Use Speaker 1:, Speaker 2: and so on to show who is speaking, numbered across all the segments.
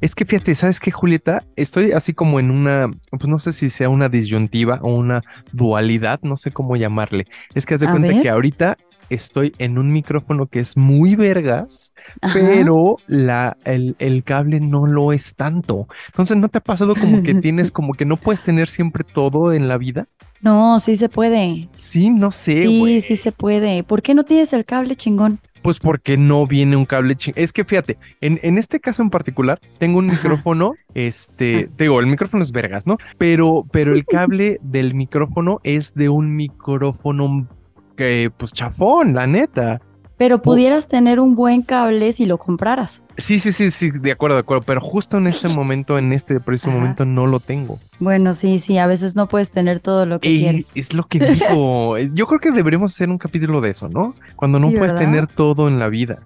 Speaker 1: Es que fíjate, ¿sabes qué, Julieta? Estoy así como en una, pues no sé si sea una disyuntiva o una dualidad, no sé cómo llamarle. Es que haz de
Speaker 2: A
Speaker 1: cuenta
Speaker 2: ver.
Speaker 1: que ahorita estoy en un micrófono que es muy vergas,
Speaker 2: Ajá.
Speaker 1: pero la, el, el cable no lo es tanto. Entonces, ¿no te ha pasado como que tienes, como que no puedes tener siempre todo en la vida?
Speaker 2: No, sí se puede.
Speaker 1: Sí, no sé,
Speaker 2: Sí,
Speaker 1: güey.
Speaker 2: sí se puede. ¿Por qué no tienes el cable chingón?
Speaker 1: Pues porque no viene un cable ching. Es que fíjate, en, en este caso en particular, tengo un
Speaker 2: Ajá. Ah.
Speaker 1: micrófono, este, te digo, el micrófono es vergas, ¿no? Pero, pero el cable del micrófono es de un micrófono que, pues, chafón, la neta. Oh.
Speaker 2: Pero pudieras tener un buen cable si lo compraras.
Speaker 1: Sí, sí, sí, sí, de acuerdo, de acuerdo. Pero justo en este momento, en este preciso
Speaker 2: Ajá.
Speaker 1: momento, no lo tengo.
Speaker 2: Bueno, sí, sí, a veces no puedes tener todo lo que
Speaker 1: Ey,
Speaker 2: quieres.
Speaker 1: es lo que digo. Eh, Yo creo que deberíamos hacer un capítulo de eso, ¿no? Cuando no
Speaker 2: Sí,
Speaker 1: puedes
Speaker 2: ¿verdad?
Speaker 1: tener todo en la vida.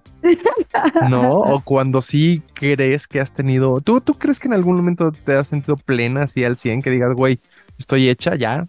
Speaker 1: ¿No? O cuando sí crees que has tenido. ¿Tú, ¿Tú crees que en algún momento te has sentido plena así al 100 que digas, güey, estoy hecha ya?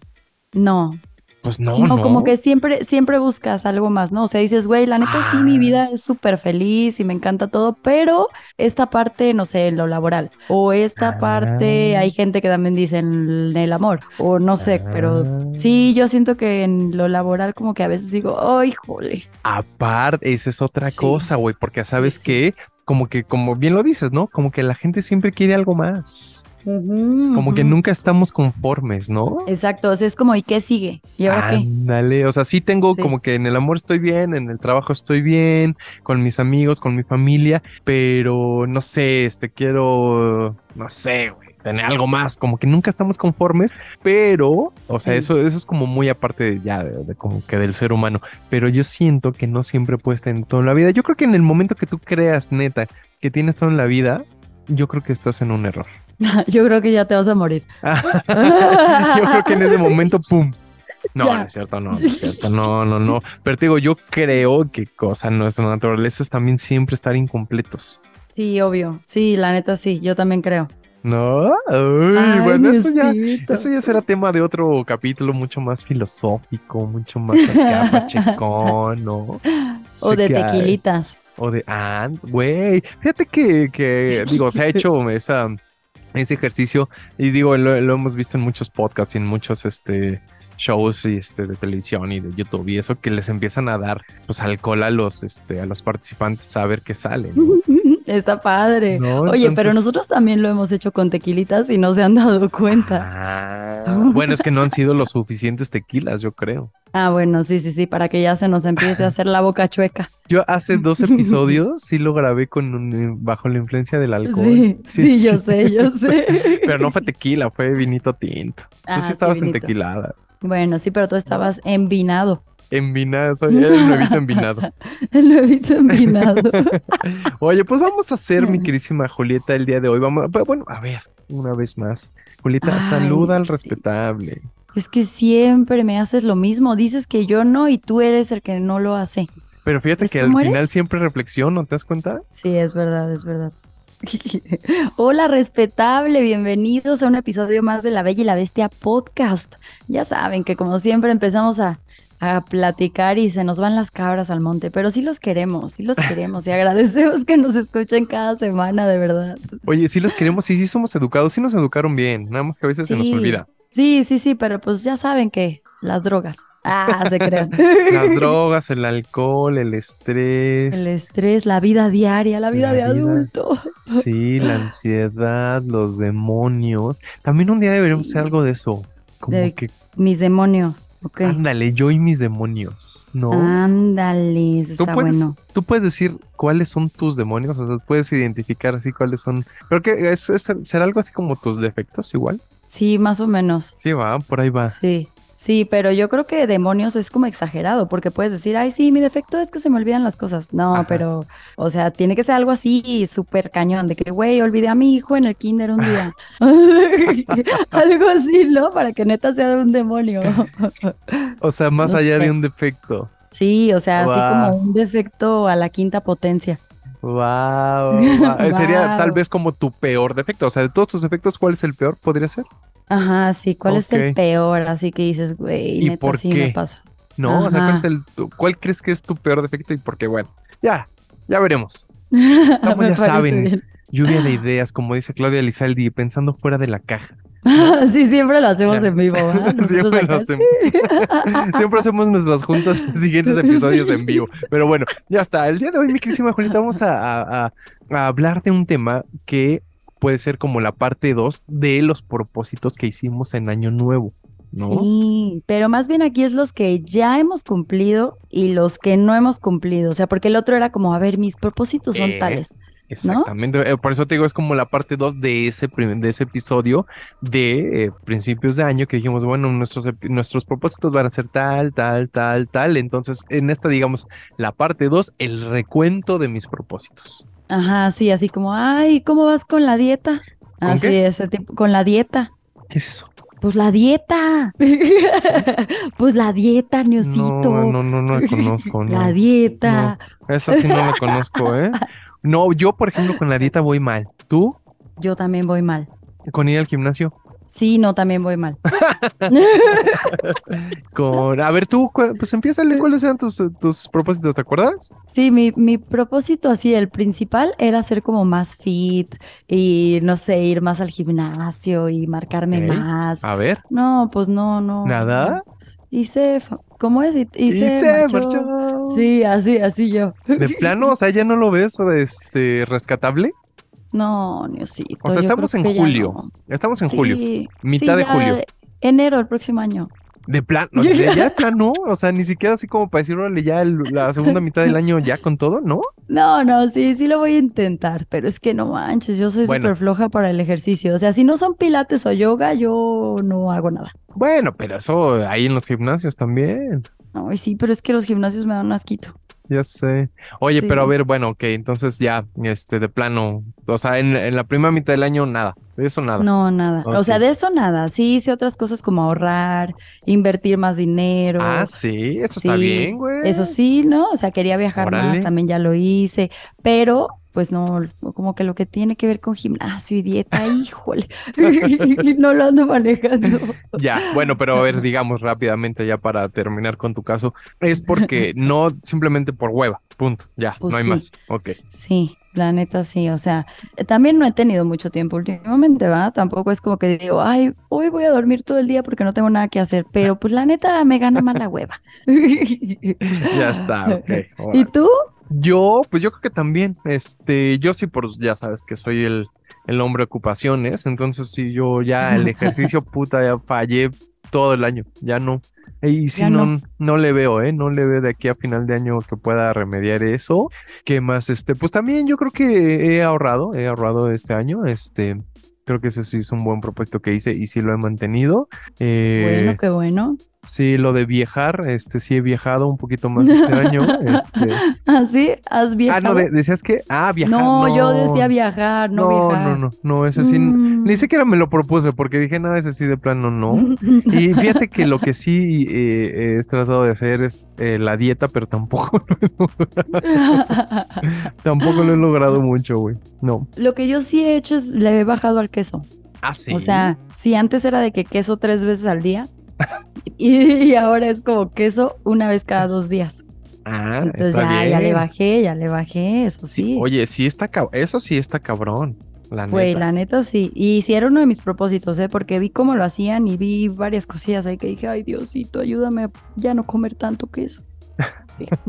Speaker 2: No,
Speaker 1: Pues no,
Speaker 2: no,
Speaker 1: no.
Speaker 2: como que siempre, siempre buscas algo más, ¿no? O sea, dices, güey, la neta sí, mi
Speaker 1: Ah.
Speaker 2: vida es súper feliz y me encanta todo, pero esta parte, no sé, en lo laboral, o esta parte,
Speaker 1: Ah.
Speaker 2: hay gente que también dice en el amor, o no sé,
Speaker 1: Ah.
Speaker 2: pero sí, yo siento que en lo laboral como que a veces digo, ay, jole,
Speaker 1: Aparte, esa es otra
Speaker 2: Sí.
Speaker 1: cosa, güey, porque sabes
Speaker 2: sí.
Speaker 1: que, como que, como bien lo dices, ¿no? Como que la gente siempre quiere algo más. Como que
Speaker 2: ujú".
Speaker 1: nunca estamos conformes, ¿no?
Speaker 2: Exacto, o sea, es como, ¿y qué sigue? ¿Y ahora
Speaker 1: Ah,
Speaker 2: qué?
Speaker 1: Ándale, o sea, sí tengo
Speaker 2: Sí.
Speaker 1: como que en el amor estoy bien, en el trabajo estoy bien, con mis amigos, con mi familia, pero no sé, este quiero, no sé, güey, tener algo más, como que nunca estamos conformes, pero, o sea,
Speaker 2: Sí.
Speaker 1: eso, eso es como muy aparte de ya, de, de como que del ser humano, pero yo siento que no siempre puedes tener todo en la vida. Yo creo que en el momento que tú creas, neta, que tienes todo en la vida, yo creo que estás en un error.
Speaker 2: Yo creo que ya te vas a morir.
Speaker 1: Yo creo que en ese momento, ¡pum! No,
Speaker 2: Ya.
Speaker 1: no es cierto, no, no es cierto, no, no, no. Pero te digo, yo creo que cosa nuestra naturaleza es también siempre estar incompletos.
Speaker 2: Sí, obvio. Sí, la neta sí, yo también creo.
Speaker 1: No, Uy,
Speaker 2: Ay,
Speaker 1: bueno, eso ya,
Speaker 2: Diosito.
Speaker 1: eso ya será tema de otro capítulo mucho más filosófico, mucho más acá, pachecón, ¿no?
Speaker 2: O
Speaker 1: Sí que hay-
Speaker 2: de tequilitas.
Speaker 1: O de, ah, güey, fíjate que, que, digo, se ha hecho esa, ese ejercicio y digo, lo, lo hemos visto en muchos podcasts y en muchos, este, shows y este, de televisión y de YouTube y eso que les empiezan a dar, pues, alcohol a los, este, a los participantes a ver qué sale. ¿no?
Speaker 2: Está padre.
Speaker 1: No,
Speaker 2: Oye, pero
Speaker 1: entonces-
Speaker 2: nosotros también lo hemos hecho con tequilitas y no se han dado cuenta.
Speaker 1: Ah, bueno, es que no han sido los suficientes tequilas, yo creo.
Speaker 2: Ah, bueno, sí, sí, sí, para que ya se nos
Speaker 1: Ah.
Speaker 2: empiece a hacer la boca chueca.
Speaker 1: Yo hace dos episodios sí lo grabé con un- bajo la influencia del alcohol.
Speaker 2: Sí, sí,
Speaker 1: sí.
Speaker 2: yo sé, yo sé.
Speaker 1: Pero no fue tequila, fue vinito tinto.
Speaker 2: Ah,
Speaker 1: Tú sí
Speaker 2: sí,
Speaker 1: estabas en
Speaker 2: vinito.
Speaker 1: tequilada.
Speaker 2: Bueno, sí, pero tú estabas envinado.
Speaker 1: Envinado, soy el nuevito envinado.
Speaker 2: Lo he dicho envinado.
Speaker 1: Oye, pues vamos a hacer, mi querísima Julieta, el día de hoy. Vamos, pero bueno, a ver, una vez más. Julieta,
Speaker 2: Ay,
Speaker 1: saluda al
Speaker 2: Diosito.
Speaker 1: respetable.
Speaker 2: Es que siempre me haces lo mismo. Dices que yo no y tú eres el que no lo hace.
Speaker 1: Pero fíjate
Speaker 2: ¿Pues
Speaker 1: que al
Speaker 2: cómo
Speaker 1: final
Speaker 2: eres?
Speaker 1: siempre reflexiono, ¿te das cuenta?
Speaker 2: Sí, es verdad, es verdad. Hola, respetable, bienvenidos a un episodio más de La Bella y la Bestia podcast. Ya saben que como siempre empezamos a, a platicar y se nos van las cabras al monte, pero sí los queremos, sí los queremos y agradecemos que nos escuchen cada semana, de verdad.
Speaker 1: Oye, sí los queremos, sí, sí somos educados, sí nos educaron bien, nada más que a veces se nos
Speaker 2: Sí.
Speaker 1: olvida.
Speaker 2: Sí, sí, sí, pero pues ya saben que las drogas. Ah, se crean.
Speaker 1: Las drogas, el alcohol, el estrés,
Speaker 2: El estrés, la vida diaria, la vida
Speaker 1: La
Speaker 2: de
Speaker 1: vida.
Speaker 2: adulto.
Speaker 1: sí, la ansiedad, los demonios. También un día deberíamos hacer
Speaker 2: Sí.
Speaker 1: algo de eso. Como
Speaker 2: De-
Speaker 1: que
Speaker 2: Mis demonios, ok.
Speaker 1: Ándale, yo y mis demonios, Ah, ¿no?
Speaker 2: Ándale, eso
Speaker 1: tú,
Speaker 2: está
Speaker 1: puedes,
Speaker 2: bueno.
Speaker 1: tú puedes decir cuáles son tus demonios, o sea, puedes identificar así cuáles son. Creo que es, es- será algo así como tus defectos, igual.
Speaker 2: Sí, más o menos.
Speaker 1: Sí, va, por ahí va.
Speaker 2: Sí, sí, pero yo creo que demonios es como exagerado, porque puedes decir, ay, sí, mi defecto es que se me olvidan las cosas. No,
Speaker 1: Ajá.
Speaker 2: pero, o sea, tiene que ser algo así súper cañón, de que, güey, olvidé a mi hijo en el kinder un día. algo así, ¿no? Para que neta sea de un demonio.
Speaker 1: O sea, más
Speaker 2: No
Speaker 1: allá de
Speaker 2: sé.
Speaker 1: un defecto.
Speaker 2: Sí, o sea,
Speaker 1: Guau.
Speaker 2: así como un defecto a la quinta potencia.
Speaker 1: Wow, Eh, Sería tal
Speaker 2: Guau.
Speaker 1: vez como tu peor defecto. O sea, de todos tus defectos, ¿cuál es el peor? Podría ser.
Speaker 2: Ajá, sí, ¿cuál es el
Speaker 1: Ok.
Speaker 2: peor? Así que dices, güey,
Speaker 1: ¿Y
Speaker 2: neta,
Speaker 1: por
Speaker 2: sí
Speaker 1: qué?
Speaker 2: me paso.
Speaker 1: No, o sea, ¿cuál,
Speaker 2: Ajá.
Speaker 1: es el- tu- cuál
Speaker 2: Ah,
Speaker 1: crees que es tu peor defecto y por qué? Bueno, pues ya, ya veremos.
Speaker 2: Como
Speaker 1: ya saben. Lluvia de ideas, como dice Claudia Lizaldi, pensando fuera de la caja.
Speaker 2: sí, siempre lo hacemos en vivo. ¿ah? Nosotros
Speaker 1: Siempre, lo
Speaker 2: acá,
Speaker 1: hacemos. Siempre hacemos nuestras juntas siguientes episodios en vivo. Pero bueno, ya está. El día de hoy, mi querísima Julieta, vamos a, a- a- a hablar de un tema que puede ser como la parte 2 de los propósitos que hicimos en Año Nuevo, ¿no?
Speaker 2: Sí, pero más bien aquí es los que ya hemos cumplido y los que no hemos cumplido. O sea, porque el otro era como, a ver, mis propósitos son
Speaker 1: Eh,
Speaker 2: tales.
Speaker 1: Exactamente. Eh, Por eso te digo, es como la parte 2 de ese, prim- de ese episodio de eh, principios de año que dijimos, bueno, nuestros, epi- nuestros propósitos van a ser tal, tal, tal, tal. Entonces, en esta, digamos, la parte 2, el recuento de mis propósitos.
Speaker 2: Ajá, sí, así como, ay, ¿cómo vas con la dieta?
Speaker 1: ¿Con
Speaker 2: Así,
Speaker 1: qué?
Speaker 2: ese tipo, con la dieta.
Speaker 1: ¿Qué es eso?
Speaker 2: Pues la dieta. pues la dieta, Niosito.
Speaker 1: No, no, no, no la conozco. No.
Speaker 2: La dieta.
Speaker 1: Esa sí no la conozco, ¿eh? No, yo, por ejemplo, con la dieta voy mal. ¿Tú?
Speaker 2: Yo también voy mal.
Speaker 1: ¿Con ir al gimnasio?
Speaker 2: Sí, no, también voy mal.
Speaker 1: Con... A ver, tú, cu- pues empieza ¿Cuáles eran tus, tus propósitos? ¿Te acuerdas?
Speaker 2: Sí, mi, mi propósito así, el principal era ser como más fit y no sé, ir más al gimnasio y marcarme
Speaker 1: Ok.
Speaker 2: más.
Speaker 1: A ver.
Speaker 2: No, pues no, no.
Speaker 1: ¿Nada?
Speaker 2: Hice, fa- ¿cómo es? Hice, marchó.
Speaker 1: marchó.
Speaker 2: Sí, así, así yo.
Speaker 1: De plano, o sea, ya no lo ves este rescatable.
Speaker 2: No, Niosito,
Speaker 1: O sea,
Speaker 2: yo
Speaker 1: estamos
Speaker 2: creo
Speaker 1: en
Speaker 2: que ya
Speaker 1: julio,
Speaker 2: no.
Speaker 1: Estamos en julio,
Speaker 2: Sí,
Speaker 1: mitad
Speaker 2: sí,
Speaker 1: de
Speaker 2: ya
Speaker 1: julio.
Speaker 2: Enero, el próximo año.
Speaker 1: De plano, de- ya de plano, o sea, ni siquiera así como para decir, órale, ya el- la segunda mitad del año ya con todo, ¿no?
Speaker 2: No, no, sí, sí lo voy a intentar, pero es que no manches, yo soy
Speaker 1: Bueno.
Speaker 2: súper floja para el ejercicio. O sea, si no son pilates o yoga, yo no hago nada.
Speaker 1: Bueno, pero eso ahí en los gimnasios también.
Speaker 2: Ay, sí, pero es que los gimnasios me dan un asquito.
Speaker 1: Ya sé. Oye, pero a
Speaker 2: Sí.
Speaker 1: ver, bueno, ok, entonces ya, este, de plano, o sea, en, en la primera mitad del año nada, de eso nada.
Speaker 2: No, nada. O sea,
Speaker 1: Ok.
Speaker 2: de eso nada. Sí hice otras cosas como ahorrar, invertir más dinero.
Speaker 1: Ah, sí, eso está
Speaker 2: Sí,
Speaker 1: bien, güey.
Speaker 2: Eso sí, ¿no? O sea, quería viajar
Speaker 1: Órale.
Speaker 2: más, también ya lo hice, pero pues no, como que lo que tiene que ver con gimnasio y dieta, híjole, no lo ando manejando.
Speaker 1: Ya, bueno, pero a ver, digamos rápidamente ya para terminar con tu caso, es porque no simplemente por hueva, punto, ya,
Speaker 2: Pues
Speaker 1: no hay
Speaker 2: sí.
Speaker 1: más. Ok.
Speaker 2: Sí, la neta sí, o sea, eh, también no he tenido mucho tiempo últimamente, ¿va? Tampoco es como que digo, ay, hoy voy a dormir todo el día porque no tengo nada que hacer, pero pues la neta me gana más la hueva.
Speaker 1: Ya está, ok.
Speaker 2: ¿Y
Speaker 1: órale.
Speaker 2: tú?
Speaker 1: Yo, pues yo creo que también, este, yo sí, por, ya sabes que soy el, el hombre de ocupaciones, entonces sí, yo ya el ejercicio puta, ya fallé todo el año, ya no. Y si
Speaker 2: Ya
Speaker 1: no,
Speaker 2: no.
Speaker 1: no, le veo, ¿eh? No le veo de aquí a final de año que pueda remediar eso. ¿Qué más? Este, pues también yo creo que he ahorrado, he ahorrado este año, este, creo que ese sí es un buen propósito que hice y sí lo he mantenido. Eh,
Speaker 2: Bueno, qué bueno.
Speaker 1: Sí, lo de viajar, este, sí he viajado un poquito más este año. Este.
Speaker 2: ¿Así? ¿Has
Speaker 1: Ah, no,
Speaker 2: viajado?
Speaker 1: de- decías que, ah, viajar.
Speaker 2: No, yo decía
Speaker 1: viajar,
Speaker 2: viajar, no
Speaker 1: no,
Speaker 2: viajar.
Speaker 1: no, no, no, ese sí,
Speaker 2: Mm.
Speaker 1: ni siquiera me lo propuse porque dije, no, ese sí de plano no. Y fíjate que lo que sí eh, he tratado de hacer es eh, la dieta, pero tampoco, tampoco lo he logrado mucho, güey. No.
Speaker 2: Lo que yo sí he hecho es le he bajado al queso.
Speaker 1: Ah, sí.
Speaker 2: O sea, si antes era de que queso tres veces al día y ahora es como queso una vez cada dos días.
Speaker 1: ah,
Speaker 2: Entonces
Speaker 1: está
Speaker 2: ya, ya le
Speaker 1: bien.
Speaker 2: bajé, ya le bajé, eso
Speaker 1: Sí,
Speaker 2: sí.
Speaker 1: Oye, sí está cabrón, eso sí está cabrón, la
Speaker 2: Güey,
Speaker 1: neta.
Speaker 2: la neta sí. Y sí era uno de mis propósitos, ¿eh? Porque vi cómo lo hacían y vi varias cosillas ahí que dije, ay Diosito, ayúdame a ya no comer tanto queso. Sí.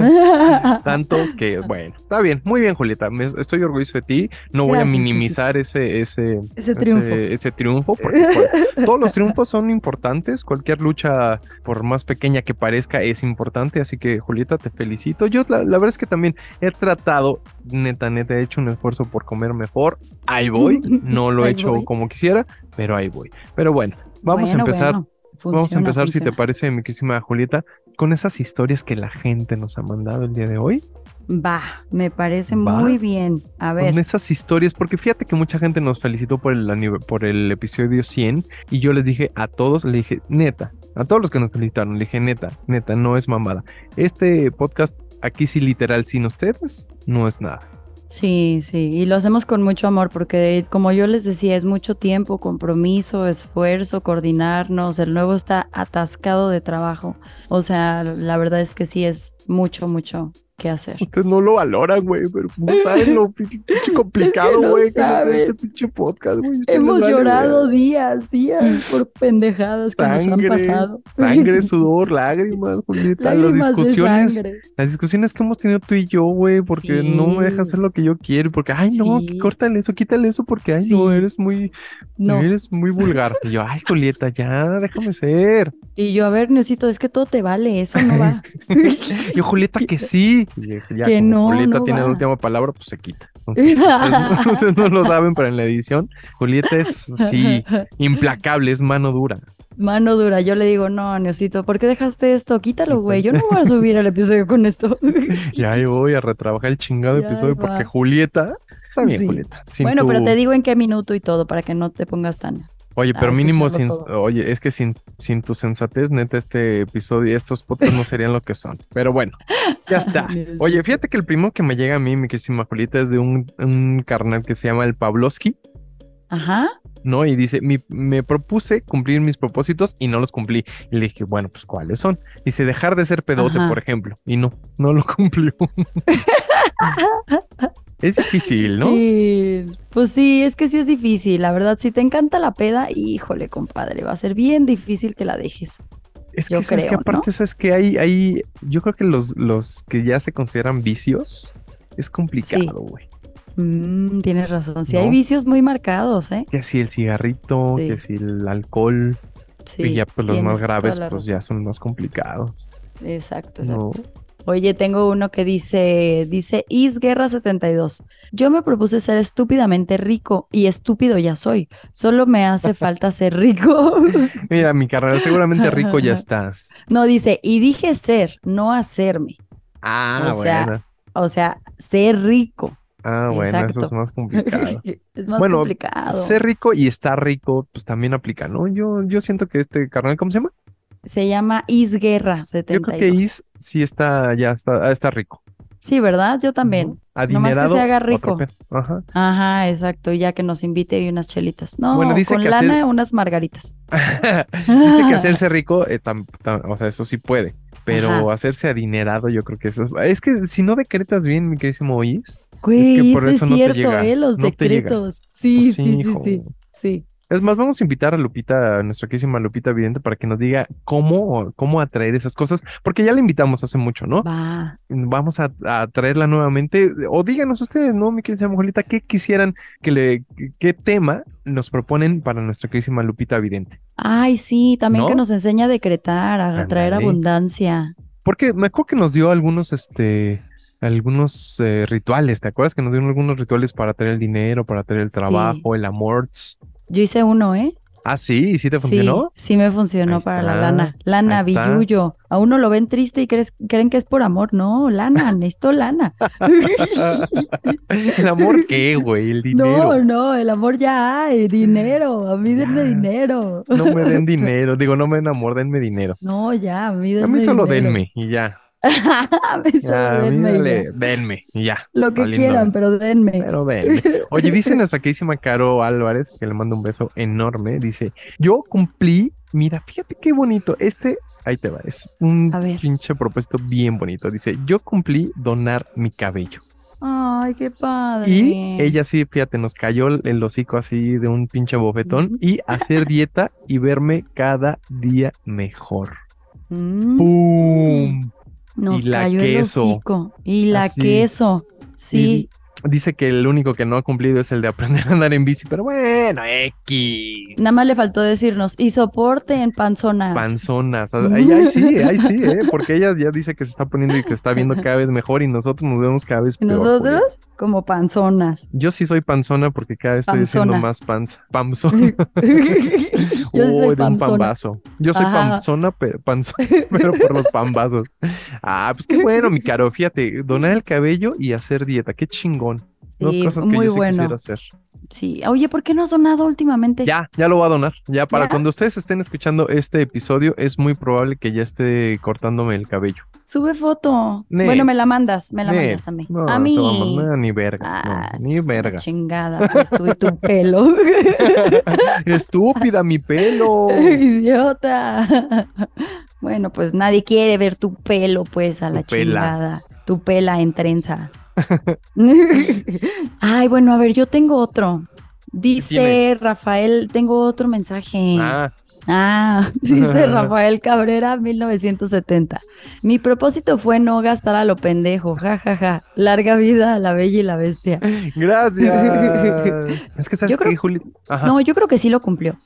Speaker 1: Tanto que, bueno, está bien, muy bien, Julieta, me- estoy orgulloso de ti, no voy a
Speaker 2: Gracias,
Speaker 1: minimizar ese, ese,
Speaker 2: Ese triunfo. Eh.
Speaker 1: Ese, ese triunfo, porque cual- todos los triunfos son importantes. Cualquier lucha, por más pequeña que parezca, es importante. Así que, Julieta, te felicito. Yo, la, la verdad es que también he tratado, neta, neta, he hecho un esfuerzo por comer mejor. Ahí voy. No lo he
Speaker 2: Ahí
Speaker 1: hecho
Speaker 2: voy.
Speaker 1: como quisiera, pero ahí voy. Pero bueno, vamos
Speaker 2: Bueno,
Speaker 1: a empezar.
Speaker 2: bueno,
Speaker 1: Vamos a
Speaker 2: funciona,
Speaker 1: empezar, si te
Speaker 2: funciona.
Speaker 1: parece, mi querísima Julieta, con esas historias que la gente nos ha mandado el día de hoy.
Speaker 2: Va, me parece
Speaker 1: Va.
Speaker 2: muy bien. A ver.
Speaker 1: con esas historias, porque fíjate que mucha gente nos felicitó por el, anive- por el episodio 100 y yo les dije a todos, le dije, neta, a todos los que nos felicitaron, le dije, neta, neta, no es mamada. Este podcast aquí sí literal, sin ustedes, no es nada.
Speaker 2: Sí, sí, y lo hacemos con mucho amor porque como yo les decía, es mucho tiempo, compromiso, esfuerzo, coordinarnos, el nuevo está atascado de trabajo. O sea, la verdad es que sí es mucho, mucho qué hacer.
Speaker 1: Ustedes no lo valoran, güey, pero no saben lo pinche
Speaker 2: Es que
Speaker 1: complicado,
Speaker 2: no
Speaker 1: güey, que, es hacer
Speaker 2: saben.
Speaker 1: este pinche podcast, güey. Ustedes
Speaker 2: Hemos
Speaker 1: les vale,
Speaker 2: llorado
Speaker 1: güey.
Speaker 2: días, días por pendejadas que nos han
Speaker 1: Sangre,
Speaker 2: pasado.
Speaker 1: Sangre, sudor, lágrimas, Julieta. Las
Speaker 2: Lágrimas de
Speaker 1: discusiones,
Speaker 2: sangre.
Speaker 1: las discusiones que hemos tenido tú y yo, güey, porque no me dejas
Speaker 2: Sí.
Speaker 1: hacer lo que yo quiero, porque, ay, no,
Speaker 2: Sí.
Speaker 1: córtale eso, quítale eso, porque, ay, no,
Speaker 2: Sí.
Speaker 1: eres muy,
Speaker 2: No.
Speaker 1: eres muy vulgar. Y yo, ay, Julieta, ya, déjame ser.
Speaker 2: Y yo, a ver, Neusito, es que todo te vale, eso no va.
Speaker 1: Y yo, Julieta, que sí. Y ya,
Speaker 2: Que
Speaker 1: como
Speaker 2: no,
Speaker 1: Julieta
Speaker 2: no
Speaker 1: tiene la
Speaker 2: va.
Speaker 1: última palabra, pues se quita. Entonces, pues, ustedes no lo saben, pero en la edición, Julieta es, sí, implacable, es mano dura.
Speaker 2: Mano dura, yo le digo, no, Neusito, ¿por qué dejaste esto? Quítalo,
Speaker 1: Sí.
Speaker 2: güey. Yo no voy a subir el episodio con esto.
Speaker 1: Ya ahí voy a retrabajar el chingado
Speaker 2: Ya
Speaker 1: episodio
Speaker 2: va.
Speaker 1: porque Julieta. Está bien,
Speaker 2: Sí.
Speaker 1: Julieta. sin
Speaker 2: bueno, pero
Speaker 1: tu-
Speaker 2: te digo en qué minuto y todo para que no te pongas tan.
Speaker 1: Oye,
Speaker 2: a
Speaker 1: pero mínimo sin.
Speaker 2: escucharlo
Speaker 1: Oye, es que sin, sin tu sensatez, neta, este episodio y estos podcasts no serían lo que son. Pero bueno, ya está. Oye, fíjate que el primo que me llega a mí, mi querísima Julieta, es de un, un carnal que se llama el Pavlovsky,
Speaker 2: Ajá.
Speaker 1: ¿no? Y dice: "Mi- Me propuse cumplir mis propósitos y no los cumplí. Y le dije, bueno, pues ¿cuáles son? Dice: Dejar de ser pedote,
Speaker 2: Ajá.
Speaker 1: por ejemplo. Y no, no lo cumplió. es difícil, ¿no?
Speaker 2: Sí. Pues sí, es que sí es difícil. La verdad, si te encanta la peda, híjole, compadre, va a ser bien difícil que la dejes.
Speaker 1: Es que,
Speaker 2: Yo
Speaker 1: ¿sabes qué?
Speaker 2: creo, ¿no?
Speaker 1: aparte, ¿sabes qué? Hay, hay, yo creo que los, los que ya se consideran vicios es complicado, güey.
Speaker 2: Mm, tienes razón. Sí, hay
Speaker 1: ¿No?
Speaker 2: vicios muy marcados, ¿eh?
Speaker 1: Que si el cigarrito,
Speaker 2: Sí.
Speaker 1: que si el alcohol,
Speaker 2: Sí.
Speaker 1: y ya pues los
Speaker 2: tienes
Speaker 1: más
Speaker 2: toda
Speaker 1: graves
Speaker 2: la
Speaker 1: pues ya son más complicados.
Speaker 2: razón. Exacto, exacto.
Speaker 1: ¿no?
Speaker 2: Oye, tengo uno que dice, dice Isguerra72. Yo me propuse ser estúpidamente rico y estúpido ya soy. Solo me hace falta ser rico.
Speaker 1: Mira, mi carnal, seguramente rico ya estás.
Speaker 2: no, dice, y dije ser, no hacerme.
Speaker 1: Ah,
Speaker 2: O sea,
Speaker 1: bueno.
Speaker 2: O sea, ser rico.
Speaker 1: Ah, bueno, eso es
Speaker 2: exacto.
Speaker 1: más complicado.
Speaker 2: es más
Speaker 1: Bueno,
Speaker 2: complicado.
Speaker 1: Ser rico y estar rico, pues también aplica, ¿no? Yo, yo siento que este carnal, ¿cómo se llama?
Speaker 2: Se llama Isguerra72.
Speaker 1: Yo creo que Is sí está, ya está, ah, está rico.
Speaker 2: Sí, ¿verdad? Yo también. Nomás que
Speaker 1: Adinerado.
Speaker 2: se haga
Speaker 1: otro
Speaker 2: rico.
Speaker 1: pedo. Ajá.
Speaker 2: Ajá, exacto. y Ya que nos invite y unas chelitas. No,
Speaker 1: Bueno, dice
Speaker 2: con
Speaker 1: que hacer-
Speaker 2: lana, unas margaritas.
Speaker 1: Dice
Speaker 2: Ah.
Speaker 1: que hacerse rico, eh, tam- tam- o sea, eso sí puede, pero
Speaker 2: Ajá.
Speaker 1: hacerse adinerado, yo creo que eso es. Es que si no decretas bien, mi querísimo Oís,
Speaker 2: Güey,
Speaker 1: Es que
Speaker 2: eso
Speaker 1: por
Speaker 2: es
Speaker 1: eso no te
Speaker 2: cierto,
Speaker 1: llega,
Speaker 2: ¿eh? Los
Speaker 1: no te llega.
Speaker 2: decretos. Sí,
Speaker 1: pues
Speaker 2: sí, sí,
Speaker 1: hijo.
Speaker 2: sí, sí.
Speaker 1: Es más, vamos a invitar a Lupita, a nuestra querísima Lupita Vidente, para que nos diga cómo, cómo atraer esas cosas, porque ya la invitamos hace mucho, ¿no?
Speaker 2: Va.
Speaker 1: Vamos a, a atraerla nuevamente, o díganos ustedes, ¿no, mi querísima Julieta, qué quisieran que le, qué tema nos proponen para nuestra querísima Lupita Vidente?
Speaker 2: Ay, sí, también que
Speaker 1: ¿No?
Speaker 2: nos enseña a decretar, a traer
Speaker 1: Ándale.
Speaker 2: abundancia.
Speaker 1: Porque me acuerdo que nos dio algunos, este, algunos eh, rituales, ¿te acuerdas? Que nos dieron algunos rituales para traer el dinero, para traer el
Speaker 2: Sí.
Speaker 1: trabajo, el amor.
Speaker 2: Yo hice uno, ¿eh?
Speaker 1: Ah, sí, ¿y sí te funcionó?
Speaker 2: Sí, sí me funcionó
Speaker 1: Ahí
Speaker 2: para la
Speaker 1: está,
Speaker 2: lana. Lana,
Speaker 1: ahí está.
Speaker 2: billuyo. A uno lo ven triste y crees- creen que es por amor. No, lana, necesito lana.
Speaker 1: ¿El amor qué, güey? El
Speaker 2: no,
Speaker 1: dinero.
Speaker 2: no, el amor ya hay, dinero. A mí
Speaker 1: Ya.
Speaker 2: denme dinero.
Speaker 1: No, me den dinero. Digo, no me den amor, denme dinero.
Speaker 2: No, ya, a mí denme
Speaker 1: A mí solo
Speaker 2: dinero.
Speaker 1: denme y ya.
Speaker 2: a mí solo
Speaker 1: Ya, a mí
Speaker 2: denme y
Speaker 1: dale,
Speaker 2: ya.
Speaker 1: denme y ya.
Speaker 2: Lo que
Speaker 1: Valiendo
Speaker 2: quieran, pero denme.
Speaker 1: Pero ven. Oye, dice nuestra queridísima Caro Álvarez, que le mando un beso enorme. Dice: Yo cumplí. Mira, fíjate qué bonito. Este, ahí te va. Es un
Speaker 2: A ver.
Speaker 1: pinche propósito bien bonito. Dice: Yo cumplí donar mi cabello.
Speaker 2: Ay, qué padre.
Speaker 1: Y ella sí, fíjate, nos cayó el hocico así de un pinche bofetón.
Speaker 2: Ujú.
Speaker 1: Y hacer dieta y verme cada día mejor.
Speaker 2: Mm,
Speaker 1: ¡Pum!
Speaker 2: nos
Speaker 1: y la
Speaker 2: cayó
Speaker 1: queso.
Speaker 2: el hocico. Y la
Speaker 1: Así.
Speaker 2: queso. Sí.
Speaker 1: Dice que el único que no ha cumplido es el de aprender a andar en bici, pero bueno, X.
Speaker 2: Nada más le faltó decirnos, y soporte en panzonas.
Speaker 1: panzonas. Ahí, ahí sí, ahí sí, ¿eh? porque ella ya dice que se está poniendo y que está viendo cada vez mejor y nosotros nos vemos cada vez
Speaker 2: y
Speaker 1: peor. Julia.
Speaker 2: nosotros, como panzonas.
Speaker 1: Yo sí soy panzona porque cada vez estoy
Speaker 2: Panzona.
Speaker 1: diciendo más panza. Pamzona.
Speaker 2: Yo
Speaker 1: Uy,
Speaker 2: soy
Speaker 1: de Oh, un
Speaker 2: panzona.
Speaker 1: pambazo. Yo soy
Speaker 2: Ajá.
Speaker 1: panzona, pero, panzona, pero por los pambazos. Ah, pues qué bueno, mi caro. Fíjate, donar el cabello y hacer dieta. Qué chingón. Dos
Speaker 2: Sí,
Speaker 1: cosas que
Speaker 2: muy
Speaker 1: yo sí
Speaker 2: bueno.
Speaker 1: quisiera hacer.
Speaker 2: Sí. Oye, ¿por qué no has donado últimamente?
Speaker 1: Ya, ya lo va a donar. Ya para
Speaker 2: Ya.
Speaker 1: cuando ustedes estén escuchando este episodio, es muy probable que ya esté cortándome el cabello.
Speaker 2: Sube foto.
Speaker 1: Ne.
Speaker 2: Bueno, me la mandas, me la
Speaker 1: Ne.
Speaker 2: mandas a mí.
Speaker 1: No,
Speaker 2: a
Speaker 1: no te
Speaker 2: mí.
Speaker 1: voy a mandar ni vergas, no,
Speaker 2: Ah,
Speaker 1: ni vergas.
Speaker 2: Chingada, pues tú y tu pelo.
Speaker 1: Estúpida mi pelo.
Speaker 2: Idiota. Bueno, pues nadie quiere ver tu pelo, pues, a
Speaker 1: Tu
Speaker 2: la
Speaker 1: pela.
Speaker 2: chingada. tu pela en trenza. Ay, bueno, a ver, yo tengo otro. Dice
Speaker 1: tienes?
Speaker 2: Rafael, tengo otro mensaje.
Speaker 1: Ah,
Speaker 2: Ah, dice Rafael Cabrera, 1970. Mi propósito fue no gastar a lo pendejo, jajaja. Larga vida a la bella y la bestia.
Speaker 1: gracias. es que sabes
Speaker 2: Yo creo-
Speaker 1: que, Juli. Ajá.
Speaker 2: No, yo creo que sí lo cumplió.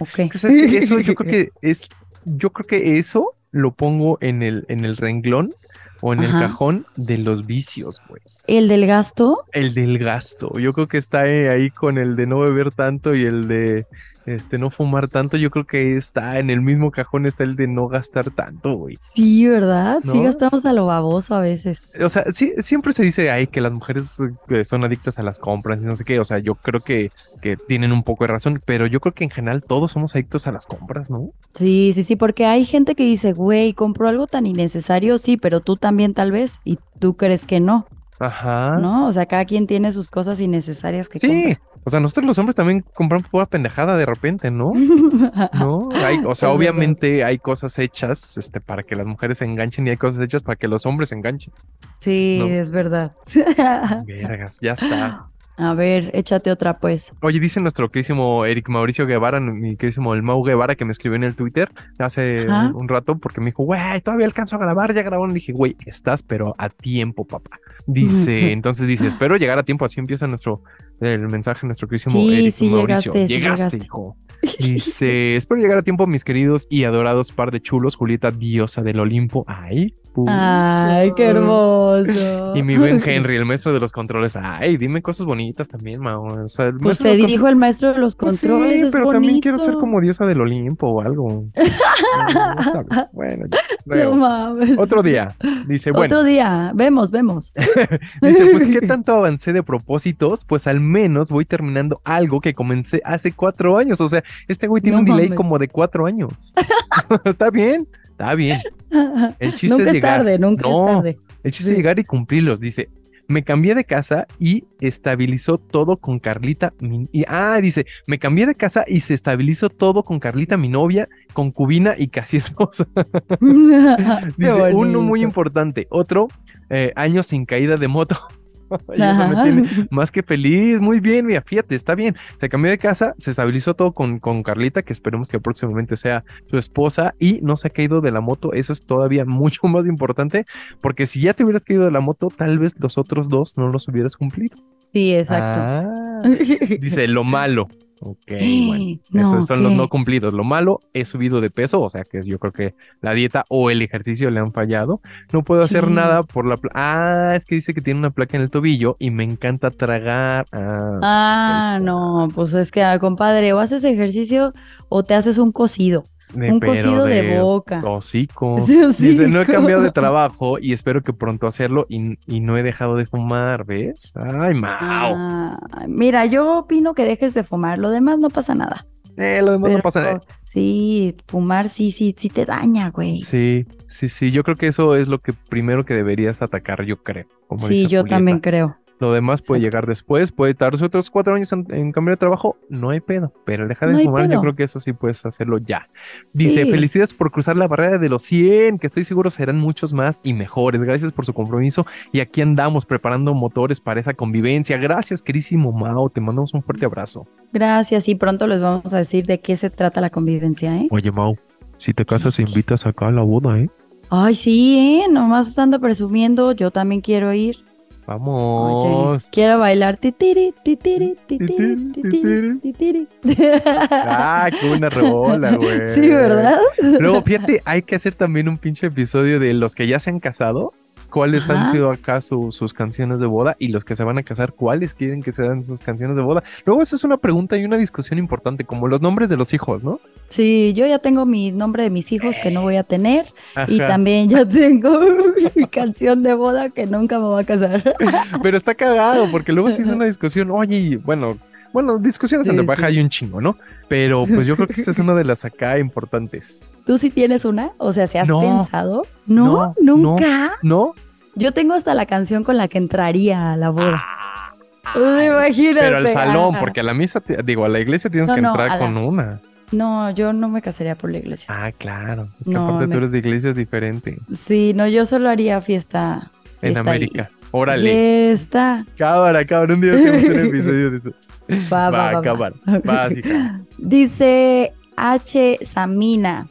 Speaker 2: Ok.
Speaker 1: Es que, ¿sabes qué? eso yo creo que es. Yo creo que eso lo pongo en el, en el renglón o en el
Speaker 2: Ajá.
Speaker 1: cajón de los vicios, güey.
Speaker 2: El del gasto,
Speaker 1: El del gasto. Yo creo que está eh, ahí con el de no beber tanto y el de este no fumar tanto. Yo creo que está en el mismo cajón está el de no gastar tanto, güey.
Speaker 2: sí, ¿verdad? Sí
Speaker 1: ¿No?
Speaker 2: gastamos a lo baboso a veces.
Speaker 1: O sea, sí, siempre se dice ay que las mujeres eh, que son adictas a las compras y no sé qué. O sea, yo creo que, que tienen un poco de razón, pero yo creo que en general todos somos adictos a las compras, ¿no?
Speaker 2: Sí, sí, sí, porque hay gente que dice, güey, compró algo tan innecesario, sí, pero tú también tal vez, y tú crees que no,
Speaker 1: Ajá.
Speaker 2: ¿no? O sea, cada quien tiene sus cosas innecesarias que
Speaker 1: Ah. sí. O sea, nosotros los hombres también compramos pura pendejada de repente, ¿no?
Speaker 2: compra.
Speaker 1: No, hay, o sea,
Speaker 2: Es verdad.
Speaker 1: obviamente hay cosas hechas este, para que las mujeres se enganchen y hay cosas hechas para que los hombres se enganchen.
Speaker 2: Sí,
Speaker 1: No.
Speaker 2: es verdad. Ah.
Speaker 1: Vergas, ya está.
Speaker 2: A ver, échate otra pues.
Speaker 1: Oye, dice nuestro querísimo Eric Mauricio Guevara, mi querísimo el Mau Guevara, que me escribió en el Twitter hace
Speaker 2: Ajá.
Speaker 1: un, un rato, porque me dijo, güey, todavía alcanzo a grabar, ya grabaron. Le dije, güey, estás, pero a tiempo, papá. Dice, entonces dice, espero llegar a tiempo. Así empieza nuestro el mensaje, nuestro querísimo
Speaker 2: Sí,
Speaker 1: Eric
Speaker 2: sí,
Speaker 1: Mauricio.
Speaker 2: llegaste, sí, llegaste.
Speaker 1: hijo. Dice, espero llegar a tiempo, mis queridos y adorados par de chulos, Julieta, diosa del Olimpo. Ay, pu-
Speaker 2: Ah, Ay, qué hermoso.
Speaker 1: Y mi buen Henry, el maestro de los controles. Ay, dime cosas bonitas también, Mau. O sea, el
Speaker 2: Pues
Speaker 1: maestro
Speaker 2: te
Speaker 1: de los contro-
Speaker 2: dijo el maestro de los
Speaker 1: pues
Speaker 2: controles,
Speaker 1: sí,
Speaker 2: es
Speaker 1: pero también quiero ser
Speaker 2: bonito.
Speaker 1: como diosa del Olimpo o algo. Mm, está bien. bueno, ya, luego.
Speaker 2: No mames.
Speaker 1: otro día. Dice, bueno,
Speaker 2: Otro día, vemos, vemos.
Speaker 1: dice, pues qué tanto avancé de propósitos, pues al menos voy terminando algo que comencé hace cuatro años. O sea, este güey tiene
Speaker 2: No
Speaker 1: un delay
Speaker 2: mames.
Speaker 1: como de cuatro años. está bien, está bien. El chiste
Speaker 2: nunca
Speaker 1: es
Speaker 2: es
Speaker 1: llegar.
Speaker 2: tarde, nunca
Speaker 1: No.
Speaker 2: es tarde.
Speaker 1: El chiste es llegar y cumplirlos. Dice, me cambié de casa y estabilizó todo con Carlita. mi- y, ah, dice, me cambié de casa y se estabilizó todo con Carlita, mi novia, concubina y casi esposa.
Speaker 2: Qué
Speaker 1: Dice, uno muy
Speaker 2: bonito.
Speaker 1: importante. Otro, eh, años sin caída de moto. Ay, eso me
Speaker 2: Ajá.
Speaker 1: tiene más que feliz, muy bien, mira, fíjate, está bien. Se cambió de casa, se estabilizó todo con, con Carlita, que esperemos que próximamente sea su esposa, y no se ha caído de la moto. Eso es todavía mucho más importante, porque si ya te hubieras caído de la moto, tal vez los otros dos no los hubieras cumplido.
Speaker 2: Sí, exacto.
Speaker 1: Ah, dice lo malo. Ok, bueno.
Speaker 2: No,
Speaker 1: Esos son los
Speaker 2: ¿qué?
Speaker 1: no cumplidos. Lo malo, he subido de peso, o sea que yo creo que la dieta o el ejercicio le han fallado. No puedo hacer
Speaker 2: Sí.
Speaker 1: nada por la... pla- Ah, es que dice que tiene una placa en el tobillo y me encanta tragar. Ah, Ahí
Speaker 2: Ah,
Speaker 1: está.
Speaker 2: no, pues es que, ah, compadre, o haces ejercicio o te haces un cocido,
Speaker 1: de-
Speaker 2: un
Speaker 1: pero
Speaker 2: cocido de, boca.
Speaker 1: Hocico.
Speaker 2: Sí,
Speaker 1: Dice, no he
Speaker 2: hocico.
Speaker 1: cambiado de trabajo y espero que pronto hacerlo y, y no he dejado de fumar, ¿ves? Ay, Mau.
Speaker 2: Ah, mira, yo opino que dejes de fumar, lo demás no pasa nada.
Speaker 1: Eh, lo demás no
Speaker 2: Pero
Speaker 1: pasa nada.
Speaker 2: sí, fumar sí, sí, sí te daña, güey.
Speaker 1: Sí, sí, sí. Yo creo que eso es lo que primero que deberías atacar, yo creo. como
Speaker 2: Sí,
Speaker 1: dice
Speaker 2: yo
Speaker 1: Julieta.
Speaker 2: también creo.
Speaker 1: Lo demás puede
Speaker 2: Exacto.
Speaker 1: llegar después, puede tardarse otros cuatro años en, en cambiar de trabajo, no hay pedo, pero dejar de
Speaker 2: No hay
Speaker 1: fumar, yo
Speaker 2: pedo.
Speaker 1: creo que eso sí puedes hacerlo ya. Dice,
Speaker 2: Sí.
Speaker 1: felicidades por cruzar la barrera de los 100, que estoy seguro serán muchos más y mejores. Gracias por su compromiso y aquí andamos preparando motores para esa convivencia. Gracias, querísimo Mao, te mandamos un fuerte abrazo.
Speaker 2: Gracias y pronto les vamos a decir de qué se trata la convivencia, ¿eh?
Speaker 1: Oye, Mao, si te casas, invitas acá a la boda, ¿eh?
Speaker 2: Ay, sí, ¿eh? Nomás anda presumiendo, yo también quiero ir. Oye,
Speaker 1: Vamos.
Speaker 2: quiero bailar titiri, titiri, titiri, titiri, titiri.
Speaker 1: Ah, qué buena rebola, güey.
Speaker 2: Sí, ¿verdad?
Speaker 1: Luego, fíjate, hay que hacer también un pinche episodio de los que ya se han casado, cuáles han
Speaker 2: Ajá.
Speaker 1: sido acá su- sus canciones de boda y los que se van a casar, cuáles quieren que sean sus canciones de boda. Luego, eso es una pregunta y una discusión importante, como los nombres de los hijos, ¿no?
Speaker 2: Sí, yo ya tengo mi nombre de mis hijos que no voy a tener y
Speaker 1: Ajá.
Speaker 2: también ya tengo mi canción de boda que nunca me voy a casar.
Speaker 1: Pero está cagado, porque luego sí es una discusión, oye, y bueno. Bueno, discusiones
Speaker 2: Sí,
Speaker 1: entre
Speaker 2: sí.
Speaker 1: pareja hay un chingo, ¿no? Pero pues yo creo que esta es una de las acá importantes.
Speaker 2: ¿Tú sí tienes una? O sea, ¿se has
Speaker 1: No.
Speaker 2: pensado? No,
Speaker 1: No, no.
Speaker 2: nunca.
Speaker 1: ¿No?
Speaker 2: Yo tengo hasta la canción con la que entraría a la boda.
Speaker 1: Ay,
Speaker 2: Imagínate.
Speaker 1: pero al salón,
Speaker 2: ah.
Speaker 1: porque a la misa, te- digo, a la iglesia tienes
Speaker 2: No,
Speaker 1: que
Speaker 2: no,
Speaker 1: entrar
Speaker 2: a la-
Speaker 1: con una.
Speaker 2: No, yo no me casaría por la iglesia.
Speaker 1: Ah, claro. Es que
Speaker 2: No,
Speaker 1: aparte
Speaker 2: me-
Speaker 1: tú eres de iglesia diferente.
Speaker 2: Sí, no, yo solo haría fiesta
Speaker 1: en
Speaker 2: está ahí.
Speaker 1: América. Órale.
Speaker 2: Ya está.
Speaker 1: Cámara, cabrón, un día hacemos un episodio de eso.
Speaker 2: Ah, Va, va, va, va.
Speaker 1: cámara. Va, sí, cámara.
Speaker 2: Dice H. Samina.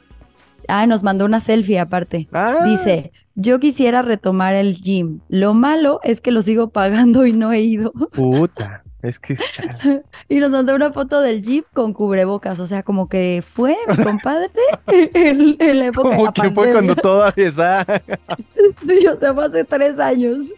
Speaker 2: Ah, nos mandó una selfie aparte.
Speaker 1: Ah,
Speaker 2: Dice, yo quisiera retomar el gym. Lo malo es que lo sigo pagando y no he ido.
Speaker 1: Ah, Puta. Es que chale.
Speaker 2: Y nos mandó una foto del Jeep con cubrebocas. O sea, como que fue, mi compadre, en, en la época de
Speaker 1: como
Speaker 2: la
Speaker 1: que fue
Speaker 2: pandemia.
Speaker 1: cuando todavía está
Speaker 2: Sí, o sea, fue hace tres años.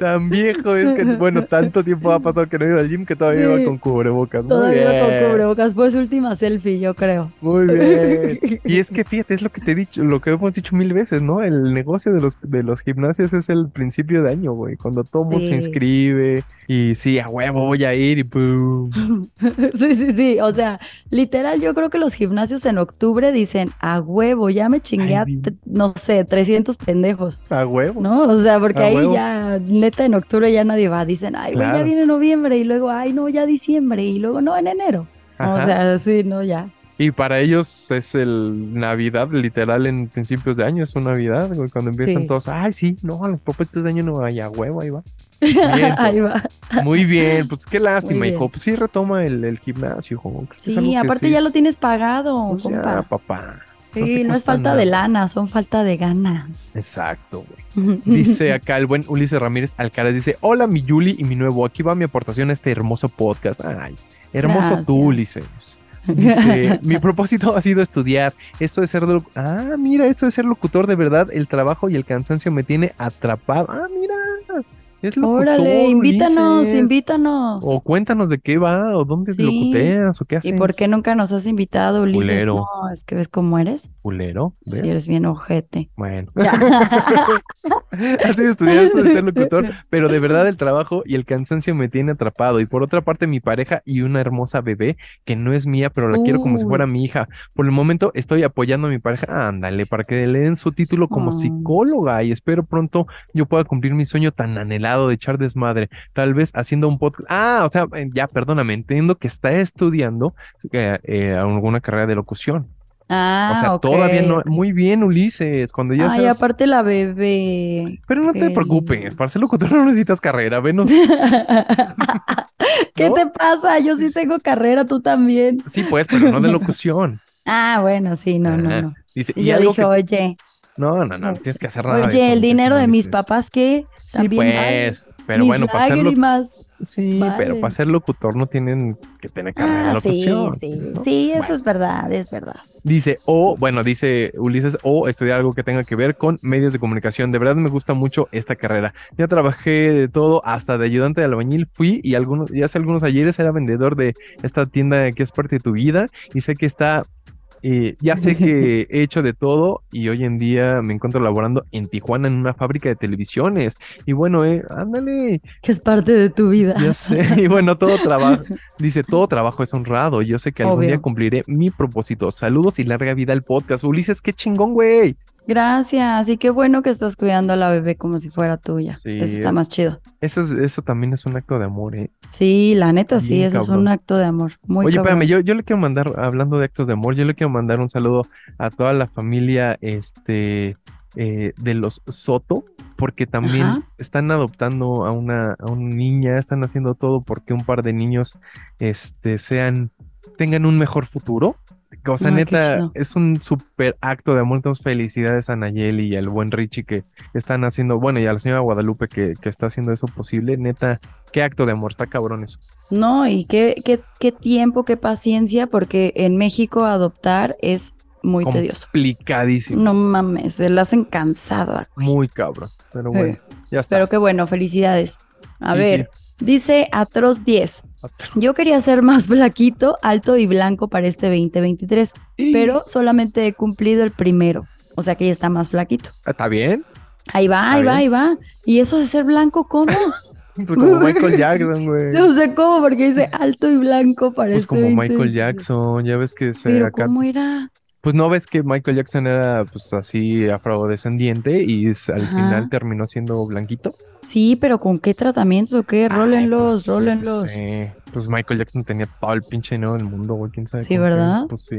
Speaker 1: tan viejo. Es que, bueno, tanto tiempo ha pasado que no he ido al gym que todavía
Speaker 2: Sí.
Speaker 1: iba con cubrebocas. Muy
Speaker 2: Todavía
Speaker 1: bien,
Speaker 2: con cubrebocas. Fue su última selfie, yo creo.
Speaker 1: Muy bien. Y es que fíjate, es lo que te he dicho, lo que hemos dicho mil veces, ¿no? El negocio de los, de los gimnasios es el principio de año, güey. Cuando todo mundo
Speaker 2: Sí.
Speaker 1: se inscribe y sí, a huevo voy a ir y pum.
Speaker 2: Sí, sí, sí. O sea, literal, yo creo que los gimnasios en octubre dicen, a huevo, ya me chingué a,
Speaker 1: Ay, vi.
Speaker 2: tre- no sé, 300 pendejos,
Speaker 1: A huevo.
Speaker 2: ¿no? O sea, porque
Speaker 1: A
Speaker 2: ahí
Speaker 1: huevo.
Speaker 2: ya, neta, en octubre ya nadie va. Dicen, ay, güey, ya
Speaker 1: Claro.
Speaker 2: viene noviembre y luego, ay, no, ya diciembre y luego, no, en enero. No,
Speaker 1: Ajá.
Speaker 2: O sea, sí, no, ya.
Speaker 1: Y para ellos es el Navidad, literal, en principios de año, es una Navidad, güey, cuando empiezan
Speaker 2: Sí.
Speaker 1: todos, ay, sí, no, a los propios de año no vaya, a huevo, ahí va. Bien,
Speaker 2: Ahí va.
Speaker 1: pues, muy bien, pues qué lástima,
Speaker 2: bien.
Speaker 1: hijo, pues sí retoma el, el gimnasio, hijo. creo que es algo
Speaker 2: Sí,
Speaker 1: que
Speaker 2: aparte
Speaker 1: sí
Speaker 2: ya
Speaker 1: es-
Speaker 2: lo tienes pagado,
Speaker 1: pues, ya,
Speaker 2: compa.
Speaker 1: papá. no te
Speaker 2: sí, no es
Speaker 1: cuesta
Speaker 2: falta
Speaker 1: nada.
Speaker 2: de lana, son falta de ganas.
Speaker 1: Exacto, güey. Dice acá el buen Ulises Ramírez Alcaraz, dice, hola mi Yuli y mi nuevo, aquí va mi aportación a este hermoso podcast. Ay, hermoso
Speaker 2: Gracias.
Speaker 1: tú, Ulises. Dice, mi propósito ha sido estudiar, esto de ser, loc- ah, mira, esto de ser locutor de verdad, el trabajo y el cansancio me tiene atrapado. Ah, mira, es locutor,
Speaker 2: Órale, invítanos,
Speaker 1: Ulises. Oh,
Speaker 2: invítanos.
Speaker 1: O cuéntanos de qué va, o dónde
Speaker 2: Sí.
Speaker 1: locuteas, o qué haces.
Speaker 2: ¿Y por qué nunca nos has invitado, Ulises?
Speaker 1: Culero.
Speaker 2: No, es que ves cómo eres.
Speaker 1: Culero,
Speaker 2: Si
Speaker 1: ¿ves?
Speaker 2: eres bien ojete.
Speaker 1: Bueno.
Speaker 2: Ya.
Speaker 1: Ha sido estudiar esto de ser locutor, pero de verdad el trabajo y el cansancio me tiene atrapado. Y por otra parte, mi pareja y una hermosa bebé que no es mía, pero la quiero como si
Speaker 2: Uy.
Speaker 1: fuera mi hija. Por el momento estoy apoyando a mi pareja. Ándale, para que le den su título como
Speaker 2: Ah.
Speaker 1: psicóloga y espero pronto yo pueda cumplir mi sueño tan anhelado de echar desmadre. Tal vez haciendo un podcast. Ah, o sea, eh, ya, perdóname, entiendo que está estudiando eh, eh, alguna carrera de locución.
Speaker 2: Ah,
Speaker 1: o sea, todavía
Speaker 2: ok,
Speaker 1: no.
Speaker 2: ok.
Speaker 1: Muy bien, Ulises. Cuando ya
Speaker 2: Ay,
Speaker 1: seas-
Speaker 2: aparte la bebé.
Speaker 1: pero no te
Speaker 2: Pero-
Speaker 1: preocupes, para ser locutor no necesitas carrera, venos.
Speaker 2: ¿Qué
Speaker 1: ¿No?
Speaker 2: te pasa? Yo sí tengo carrera, tú también.
Speaker 1: Sí, pues, pero no de locución.
Speaker 2: Ah, bueno, sí, no, no,
Speaker 1: Ajá.
Speaker 2: no.
Speaker 1: Dice,
Speaker 2: Y
Speaker 1: y
Speaker 2: yo
Speaker 1: algo
Speaker 2: dije,
Speaker 1: que-
Speaker 2: oye,
Speaker 1: No, no, no, no tienes que hacer nada. de eso,
Speaker 2: oye, el
Speaker 1: Ulises,
Speaker 2: dinero
Speaker 1: no
Speaker 2: de mis
Speaker 1: Ulises.
Speaker 2: papás, ¿qué?
Speaker 1: Sí,
Speaker 2: También
Speaker 1: pues, pero
Speaker 2: mis
Speaker 1: bueno, para ser, loc-
Speaker 2: lágrimas.
Speaker 1: sí, pero
Speaker 2: valen.
Speaker 1: para ser locutor no tienen que tener carrera de
Speaker 2: Ah, sí,
Speaker 1: locución.
Speaker 2: sí,
Speaker 1: ¿no?
Speaker 2: sí, eso
Speaker 1: Bueno.
Speaker 2: es verdad, es verdad.
Speaker 1: Dice, o, bueno, dice Ulises, o estudiar algo que tenga que ver con medios de comunicación. De verdad me gusta mucho esta carrera. Ya trabajé de todo, hasta de ayudante de albañil fui y algunos, y hace algunos ayeres era vendedor de esta tienda que es parte de tu vida y sé que está, eh, ya sé que he hecho de todo y hoy en día me encuentro laborando en Tijuana en una fábrica de televisiones. Y bueno, eh, ándale,
Speaker 2: Que es parte de tu vida.
Speaker 1: ya sé, y bueno, todo trabajo, dice, todo trabajo es honrado. Yo sé que algún día
Speaker 2: Obvio.
Speaker 1: cumpliré mi propósito. Saludos y larga vida al podcast. Ulises, qué chingón, güey.
Speaker 2: Gracias, y qué bueno que estás cuidando a la bebé como si fuera tuya.
Speaker 1: Sí.
Speaker 2: Eso está más chido.
Speaker 1: Eso, es- eso también es un acto de amor, ¿eh?
Speaker 2: Sí, la neta, sí,
Speaker 1: Bien
Speaker 2: eso es
Speaker 1: cabrón.
Speaker 2: un acto de amor. Muy
Speaker 1: Oye,
Speaker 2: cabrón.
Speaker 1: espérame, yo, yo le quiero mandar, hablando de actos de amor, yo le quiero mandar un saludo a toda la familia este, eh, de los Soto, porque también
Speaker 2: Ajá.
Speaker 1: están adoptando a una, a una niña, están haciendo todo porque un par de niños este, sean, tengan un mejor futuro. O sea,
Speaker 2: Ah, qué
Speaker 1: neta,
Speaker 2: chido.
Speaker 1: es un súper acto de amor. Entonces, felicidades a Nayeli y al buen Richie que están haciendo, bueno, y a la señora Guadalupe que, que está haciendo eso posible. Neta, qué acto de amor, está cabrón eso.
Speaker 2: No, y qué, qué, qué tiempo, qué paciencia, porque en México adoptar es muy tedioso.
Speaker 1: Complicadísimo.
Speaker 2: No mames, se la hacen cansada.
Speaker 1: Muy cabrón. Pero
Speaker 2: Sí.
Speaker 1: bueno, ya está.
Speaker 2: Pero qué bueno, felicidades. A
Speaker 1: Sí,
Speaker 2: ver, dice Atroz 10. Yo quería ser más flaquito, alto y blanco para este 2023,
Speaker 1: sí.
Speaker 2: pero solamente he cumplido el primero. O sea que ya está más flaquito.
Speaker 1: ah, ¿Está bien?
Speaker 2: Ahí va,
Speaker 1: Está
Speaker 2: ahí va,
Speaker 1: bien.
Speaker 2: ahí va. ¿Y eso de ser blanco, cómo?
Speaker 1: Pues como Michael Jackson, güey.
Speaker 2: No sé cómo, porque dice alto y blanco para
Speaker 1: Pues
Speaker 2: este
Speaker 1: como
Speaker 2: 20.
Speaker 1: Michael Jackson, ya ves que se
Speaker 2: Pero
Speaker 1: acá-
Speaker 2: ¿cómo era?
Speaker 1: Pues no ves que Michael Jackson era pues así afrodescendiente y s- al
Speaker 2: Ajá.
Speaker 1: final terminó siendo blanquito.
Speaker 2: Sí, pero ¿con qué tratamientos o qué?
Speaker 1: Ay,
Speaker 2: Rólenlos,
Speaker 1: pues, yo qué
Speaker 2: rólenlos.
Speaker 1: sé. Pues Michael Jackson tenía todo el pinche dinero del mundo, güey, quién sabe.
Speaker 2: Sí,
Speaker 1: con qué,
Speaker 2: ¿verdad?
Speaker 1: Pues sí.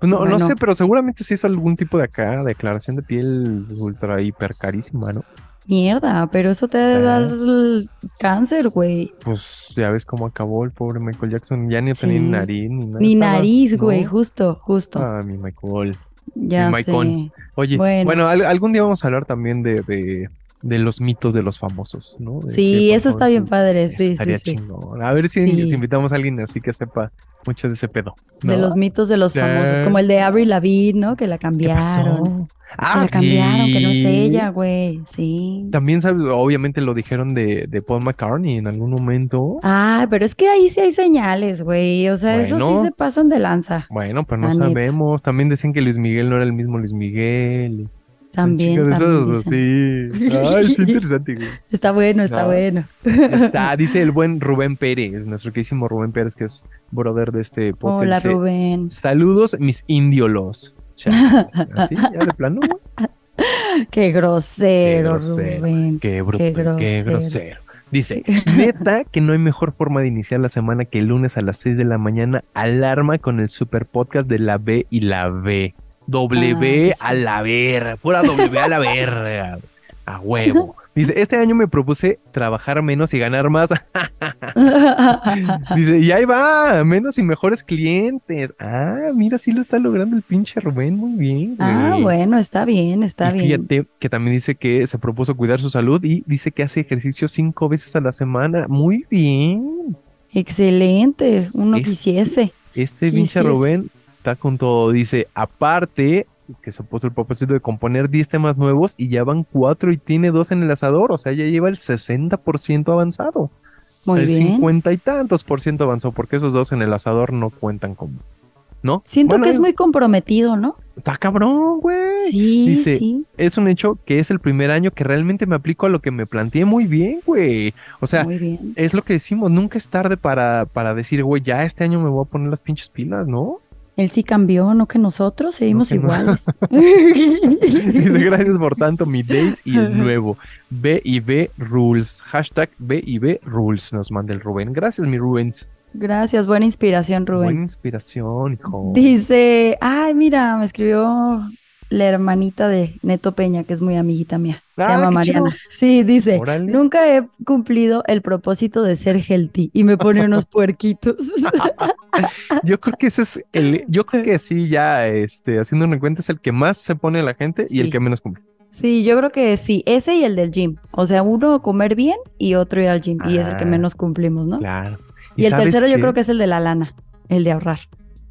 Speaker 1: Pues no,
Speaker 2: Bueno.
Speaker 1: no sé, pero seguramente se hizo algún tipo de acá, declaración de piel ultra hiper carísima, ¿no?
Speaker 2: Mierda, pero eso te
Speaker 1: Sí.
Speaker 2: debe dar el cáncer, güey.
Speaker 1: Pues ya ves cómo acabó el pobre Michael Jackson. Ya ni tenía
Speaker 2: Sí.
Speaker 1: ni nariz ni nada.
Speaker 2: Ni
Speaker 1: estaba-
Speaker 2: nariz, güey,
Speaker 1: No.
Speaker 2: justo, justo.
Speaker 1: Ah, mi Michael.
Speaker 2: ya
Speaker 1: mi Maicon.
Speaker 2: sé.
Speaker 1: Oye,
Speaker 2: Bueno.
Speaker 1: bueno, al- algún día vamos a hablar también de, de, de los mitos de los famosos, ¿no? De
Speaker 2: Sí,
Speaker 1: qué
Speaker 2: eso está
Speaker 1: pasó
Speaker 2: bien
Speaker 1: en su-
Speaker 2: padre,
Speaker 1: Eso
Speaker 2: sí, sí,
Speaker 1: estaría
Speaker 2: sí.
Speaker 1: chingón. A ver si,
Speaker 2: Sí.
Speaker 1: si invitamos a alguien así que sepa mucho de ese pedo.
Speaker 2: De
Speaker 1: ¿no?
Speaker 2: los mitos de los
Speaker 1: Sí.
Speaker 2: famosos, como el de Avril Lavigne, ¿no? Que la
Speaker 1: Ah, ¿Qué
Speaker 2: cambiaron.
Speaker 1: pasó?
Speaker 2: Que
Speaker 1: Ah,
Speaker 2: la cambiaron, que no es
Speaker 1: sí.
Speaker 2: ella, güey. Sí.
Speaker 1: También, ¿sabes? obviamente, lo dijeron de, de Paul McCartney en algún momento.
Speaker 2: Ah, pero es que ahí sí hay señales, güey. O sea, eso sí
Speaker 1: Bueno.
Speaker 2: se pasan de lanza.
Speaker 1: Bueno, pero no
Speaker 2: La neta.
Speaker 1: sabemos. También decían que Luis Miguel no era el mismo Luis Miguel.
Speaker 2: También,
Speaker 1: Chicas,
Speaker 2: también
Speaker 1: esas
Speaker 2: dicen.
Speaker 1: así. Ay, está interesante, güey.
Speaker 2: Está bueno, está
Speaker 1: No.
Speaker 2: bueno.
Speaker 1: Está, dice el buen Rubén Pérez, nuestro querísimo Rubén Pérez, que es brother de este podcast.
Speaker 2: Hola,
Speaker 1: dice,
Speaker 2: Rubén.
Speaker 1: Saludos, mis indiolos. Chale, ¿Así? ¿Ya de plano? güey?
Speaker 2: Qué grosero,
Speaker 1: grosero.
Speaker 2: Rubén.
Speaker 1: Qué bruto,
Speaker 2: Qué
Speaker 1: qué
Speaker 2: grosero.
Speaker 1: grosero. Dice, neta que no hay mejor forma de iniciar la semana que el lunes a las 6 de la mañana, alarma con el super podcast de la B y la B.
Speaker 2: Ah, qué
Speaker 1: W
Speaker 2: chido.
Speaker 1: a la verga, pura W a la verga. A huevo. Dice, este año me propuse trabajar menos y ganar más. Dice, y ahí va, menos y mejores clientes. Ah, mira, sí lo está logrando el pinche Rubén, muy bien.
Speaker 2: Ah,
Speaker 1: güey.
Speaker 2: bueno, está bien, está
Speaker 1: Y
Speaker 2: bien.
Speaker 1: fíjate que también dice que se propuso cuidar su salud y dice que hace ejercicio cinco veces a la semana. Muy bien.
Speaker 2: Excelente, uno
Speaker 1: Es-
Speaker 2: quisiese.
Speaker 1: Este
Speaker 2: Sí,
Speaker 1: pinche
Speaker 2: sí, es-
Speaker 1: Rubén está con todo. Dice, aparte, que se puso el propósito de componer 10 temas nuevos y ya van cuatro y tiene dos en el asador. O sea, ya lleva el 60% avanzado.
Speaker 2: Muy
Speaker 1: el
Speaker 2: bien.
Speaker 1: 50 y tantos por ciento avanzó porque esos dos en el asador no cuentan como. ¿No?
Speaker 2: Siento
Speaker 1: Bueno,
Speaker 2: que es muy comprometido, ¿no?
Speaker 1: Está cabrón, güey.
Speaker 2: Sí,
Speaker 1: dice-
Speaker 2: sí.
Speaker 1: Es un hecho que es el primer año que realmente me aplico a lo que me planteé muy bien, güey. O sea,
Speaker 2: Muy bien.
Speaker 1: es lo que decimos, nunca es tarde para, para decir, güey, ya este año me voy a poner las pinches pilas, ¿no?
Speaker 2: Él sí cambió, no que nosotros seguimos
Speaker 1: que no.
Speaker 2: iguales.
Speaker 1: Dice, gracias por tanto, mi days y el nuevo. B y B rules. Hashtag B y B rules nos manda el Rubén. Gracias, mi Rubens.
Speaker 2: Gracias, buena inspiración,
Speaker 1: Buena
Speaker 2: Rubén.
Speaker 1: inspiración, hijo.
Speaker 2: Dice, ay, mira, me escribió la hermanita de Neto Peña, que es muy amiguita mía. Se
Speaker 1: Ah,
Speaker 2: llama
Speaker 1: qué chido.
Speaker 2: Mariana. Sí, dice,
Speaker 1: Órale.
Speaker 2: nunca he cumplido el propósito de ser healthy y me pone unos puerquitos.
Speaker 1: Yo creo que ese es el, yo creo que sí, ya este, haciendo una cuenta es el que más se pone la gente y
Speaker 2: Sí.
Speaker 1: el que menos cumple.
Speaker 2: Sí, yo creo que sí, ese y el del gym. O sea, uno comer bien y otro ir al gym. Y es el que
Speaker 1: Ah,
Speaker 2: menos cumplimos, ¿no?
Speaker 1: Claro.
Speaker 2: Y el
Speaker 1: sabes
Speaker 2: tercero yo
Speaker 1: qué?
Speaker 2: creo que es el de la lana, el de ahorrar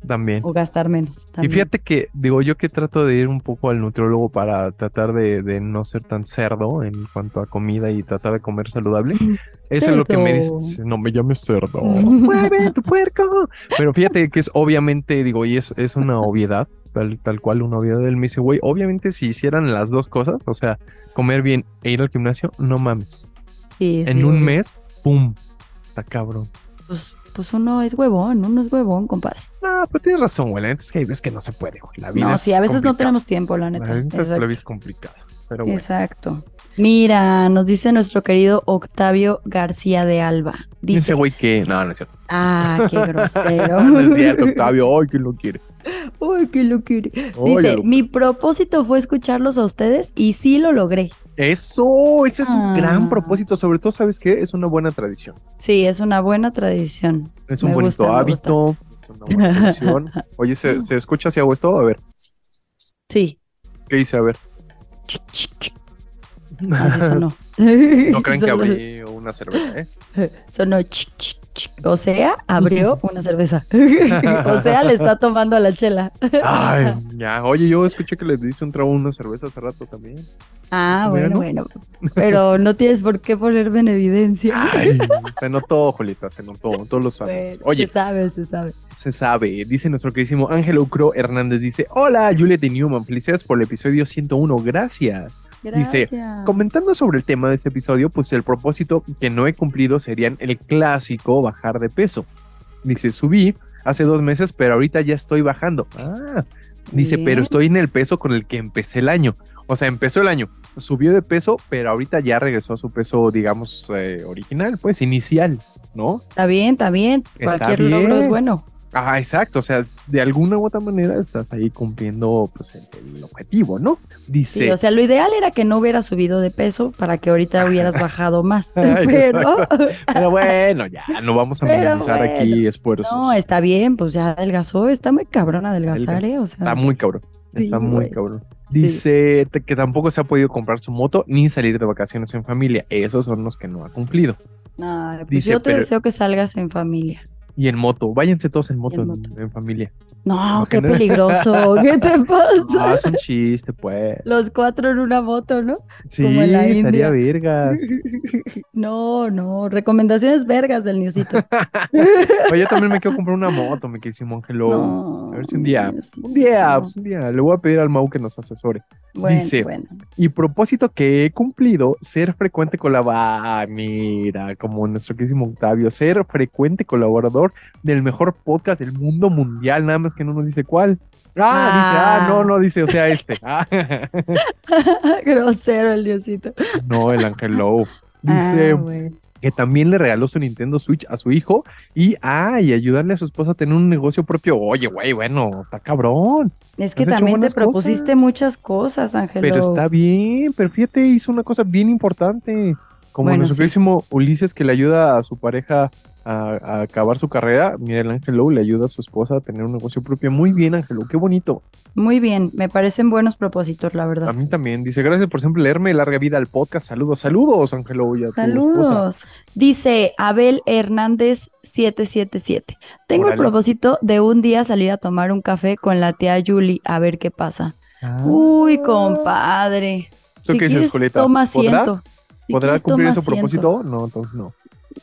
Speaker 1: también.
Speaker 2: o gastar menos.
Speaker 1: Y
Speaker 2: también.
Speaker 1: fíjate que, digo, yo que trato de ir un poco al nutriólogo para tratar de, de no ser tan cerdo en cuanto a comida y tratar de comer saludable. Eso es lo que me
Speaker 2: Cerdo.
Speaker 1: dice. No me llames cerdo. ¡Mueve tu puerco! Pero fíjate que es obviamente, digo, y es, es una obviedad, tal, tal cual una obviedad. Él me dice, güey, obviamente si hicieran las dos cosas, o sea, comer bien e ir al gimnasio, no mames.
Speaker 2: Sí, sí,
Speaker 1: en un
Speaker 2: obvio.
Speaker 1: mes, ¡pum! Está cabrón.
Speaker 2: Pues, pues uno es huevón, uno es huevón, compadre.
Speaker 1: No, pues tienes razón, güey. La neta es que hay veces que no se puede, güey. La vida
Speaker 2: No,
Speaker 1: es
Speaker 2: sí, a veces no
Speaker 1: complicada.
Speaker 2: tenemos tiempo, la neta.
Speaker 1: La neta es la
Speaker 2: Exacto.
Speaker 1: vida es complicada. Pero bueno.
Speaker 2: Exacto. Mira, nos dice nuestro querido Octavio García de Alba.
Speaker 1: Dice,
Speaker 2: Dice,
Speaker 1: güey, que. No, no es cierto.
Speaker 2: ah, qué grosero.
Speaker 1: no es cierto, Octavio. Ay, ¿quién lo quiere?
Speaker 2: Uy, qué lo quiere.
Speaker 1: Ay,
Speaker 2: Dice,
Speaker 1: lo-
Speaker 2: mi propósito fue escucharlos a ustedes y sí lo logré.
Speaker 1: Eso, ese es un
Speaker 2: Ah.
Speaker 1: gran propósito. Sobre todo, ¿sabes qué? Es una buena tradición.
Speaker 2: Sí, es una buena tradición.
Speaker 1: Es un
Speaker 2: Me
Speaker 1: bonito
Speaker 2: gusta, me
Speaker 1: hábito. Es una buena tradición. Oye, ¿se, ¿se escucha si hago esto? A ver,
Speaker 2: Sí,
Speaker 1: ¿qué hice? A ver.
Speaker 2: así sonó.
Speaker 1: No crean que
Speaker 2: Sonó-
Speaker 1: abrí una cerveza, ¿eh?
Speaker 2: Sonó ch, ch, ch. O sea, abrió una cerveza. o sea, le está tomando a la chela.
Speaker 1: Ay, ya. Oye, yo escuché que les hice un trago a una cerveza hace rato también.
Speaker 2: Ah, bueno,
Speaker 1: Bueno.
Speaker 2: bueno. Pero no tienes por qué ponerme en evidencia.
Speaker 1: Ay, se notó, Jolita, se notó. Todos lo sabemos.
Speaker 2: Bueno, pues
Speaker 1: Oye,
Speaker 2: Se sabe, se sabe.
Speaker 1: se sabe. Dice nuestro queridísimo Ángel Ucro Hernández. Dice, hola, Juliet y Newman. Felicidades por el episodio 101. Gracias. Dice,
Speaker 2: Gracias.
Speaker 1: Comentando sobre el tema de este episodio, pues el propósito que no he cumplido serían el clásico bajar de peso. Dice, subí hace dos meses, pero ahorita ya estoy bajando. Ah, dice,
Speaker 2: Bien.
Speaker 1: pero estoy en el peso con el que empecé el año. O sea, empezó el año, subió de peso, pero ahorita ya regresó a su peso, digamos, eh, original, pues inicial, ¿no?
Speaker 2: Está bien, está bien.
Speaker 1: Está
Speaker 2: Cualquier logro es
Speaker 1: bien.
Speaker 2: bueno.
Speaker 1: Ah, exacto. O sea, de alguna u otra manera estás ahí cumpliendo pues, el, el objetivo, ¿no? Dice.
Speaker 2: Sí, o sea, lo ideal era que no hubieras subido de peso para que ahorita hubieras bajado más.
Speaker 1: Ay,
Speaker 2: pero,
Speaker 1: Pero bueno, ya no vamos a
Speaker 2: Pero
Speaker 1: minimizar
Speaker 2: bueno,
Speaker 1: aquí esfuerzos.
Speaker 2: no, está bien, pues ya adelgazó, está muy cabrón adelgazar, ¿eh?
Speaker 1: Delgado.
Speaker 2: O sea,
Speaker 1: está muy cabrón.
Speaker 2: sí,
Speaker 1: Está muy
Speaker 2: güey.
Speaker 1: cabrón.
Speaker 2: Sí.
Speaker 1: Dice t- que tampoco se ha podido comprar su moto ni salir de vacaciones en familia. Esos son los que no ha cumplido.
Speaker 2: Ay, pues
Speaker 1: dice,
Speaker 2: yo te
Speaker 1: pero-
Speaker 2: deseo que salgas en familia.
Speaker 1: Y en moto, váyanse todos en moto,
Speaker 2: en
Speaker 1: en,
Speaker 2: moto.
Speaker 1: en familia.
Speaker 2: No, qué
Speaker 1: Imagínate.
Speaker 2: peligroso, ¿qué te
Speaker 1: Ah,
Speaker 2: pasa?
Speaker 1: es un chiste, pues.
Speaker 2: Los cuatro en una moto, ¿no?
Speaker 1: Sí,
Speaker 2: Como en la
Speaker 1: estaría
Speaker 2: India.
Speaker 1: vergas.
Speaker 2: No, no, recomendaciones vergas del Newsito.
Speaker 1: Oye, yo también me quiero comprar una moto, me querísimo Angelo.
Speaker 2: No,
Speaker 1: A ver si un día,
Speaker 2: sí,
Speaker 1: Un día,
Speaker 2: no.
Speaker 1: pues un día. Le voy a pedir al Mau que nos asesore.
Speaker 2: Bueno,
Speaker 1: dice-
Speaker 2: bueno.
Speaker 1: Y propósito que he cumplido, ser frecuente colaborador. Ah, mira, como nuestro querísimo Octavio, ser frecuente colaborador del mejor podcast del mundo mundial, nada más que no nos dice cuál. Ah, dice, ah,
Speaker 2: Ah.
Speaker 1: no, no, dice, o sea, este. Ah,
Speaker 2: Grosero el Diosito.
Speaker 1: no, el Angelo. Dice
Speaker 2: Ah, bueno.
Speaker 1: que también le regaló su Nintendo Switch a su hijo y, ah, y ayudarle a su esposa a tener un negocio propio. Oye, güey, bueno, está cabrón.
Speaker 2: Es que
Speaker 1: has hecho
Speaker 2: también te
Speaker 1: buenas
Speaker 2: propusiste
Speaker 1: cosas.
Speaker 2: muchas cosas, Ángel.
Speaker 1: Pero está bien, pero fíjate, hizo una cosa bien importante. Como
Speaker 2: Bueno,
Speaker 1: nuestro
Speaker 2: sí.
Speaker 1: queridísimo Ulises que le ayuda a su pareja a, a acabar su carrera, Miguel Ángelo le ayuda a su esposa a tener un negocio propio. Muy bien, Ángelo, qué bonito.
Speaker 2: Muy bien, me parecen buenos propósitos, la
Speaker 1: A
Speaker 2: verdad.
Speaker 1: mí también. Dice, gracias por siempre leerme larga vida al podcast. Saludos, saludos, Ángelo. y a tu esposa.
Speaker 2: Saludos. Dice Abel Hernández 777. Tengo el
Speaker 1: Órale.
Speaker 2: propósito de un día salir a tomar un café con la tía Julie a ver qué pasa.
Speaker 1: Ah.
Speaker 2: Uy, compadre.
Speaker 1: ¿Tú
Speaker 2: si
Speaker 1: qué dices,
Speaker 2: quieres,
Speaker 1: Julieta?
Speaker 2: toma
Speaker 1: ¿Podrá?
Speaker 2: asiento. Si
Speaker 1: ¿Podrá
Speaker 2: quieres,
Speaker 1: cumplir
Speaker 2: toma
Speaker 1: ese
Speaker 2: asiento.
Speaker 1: propósito? No, entonces no.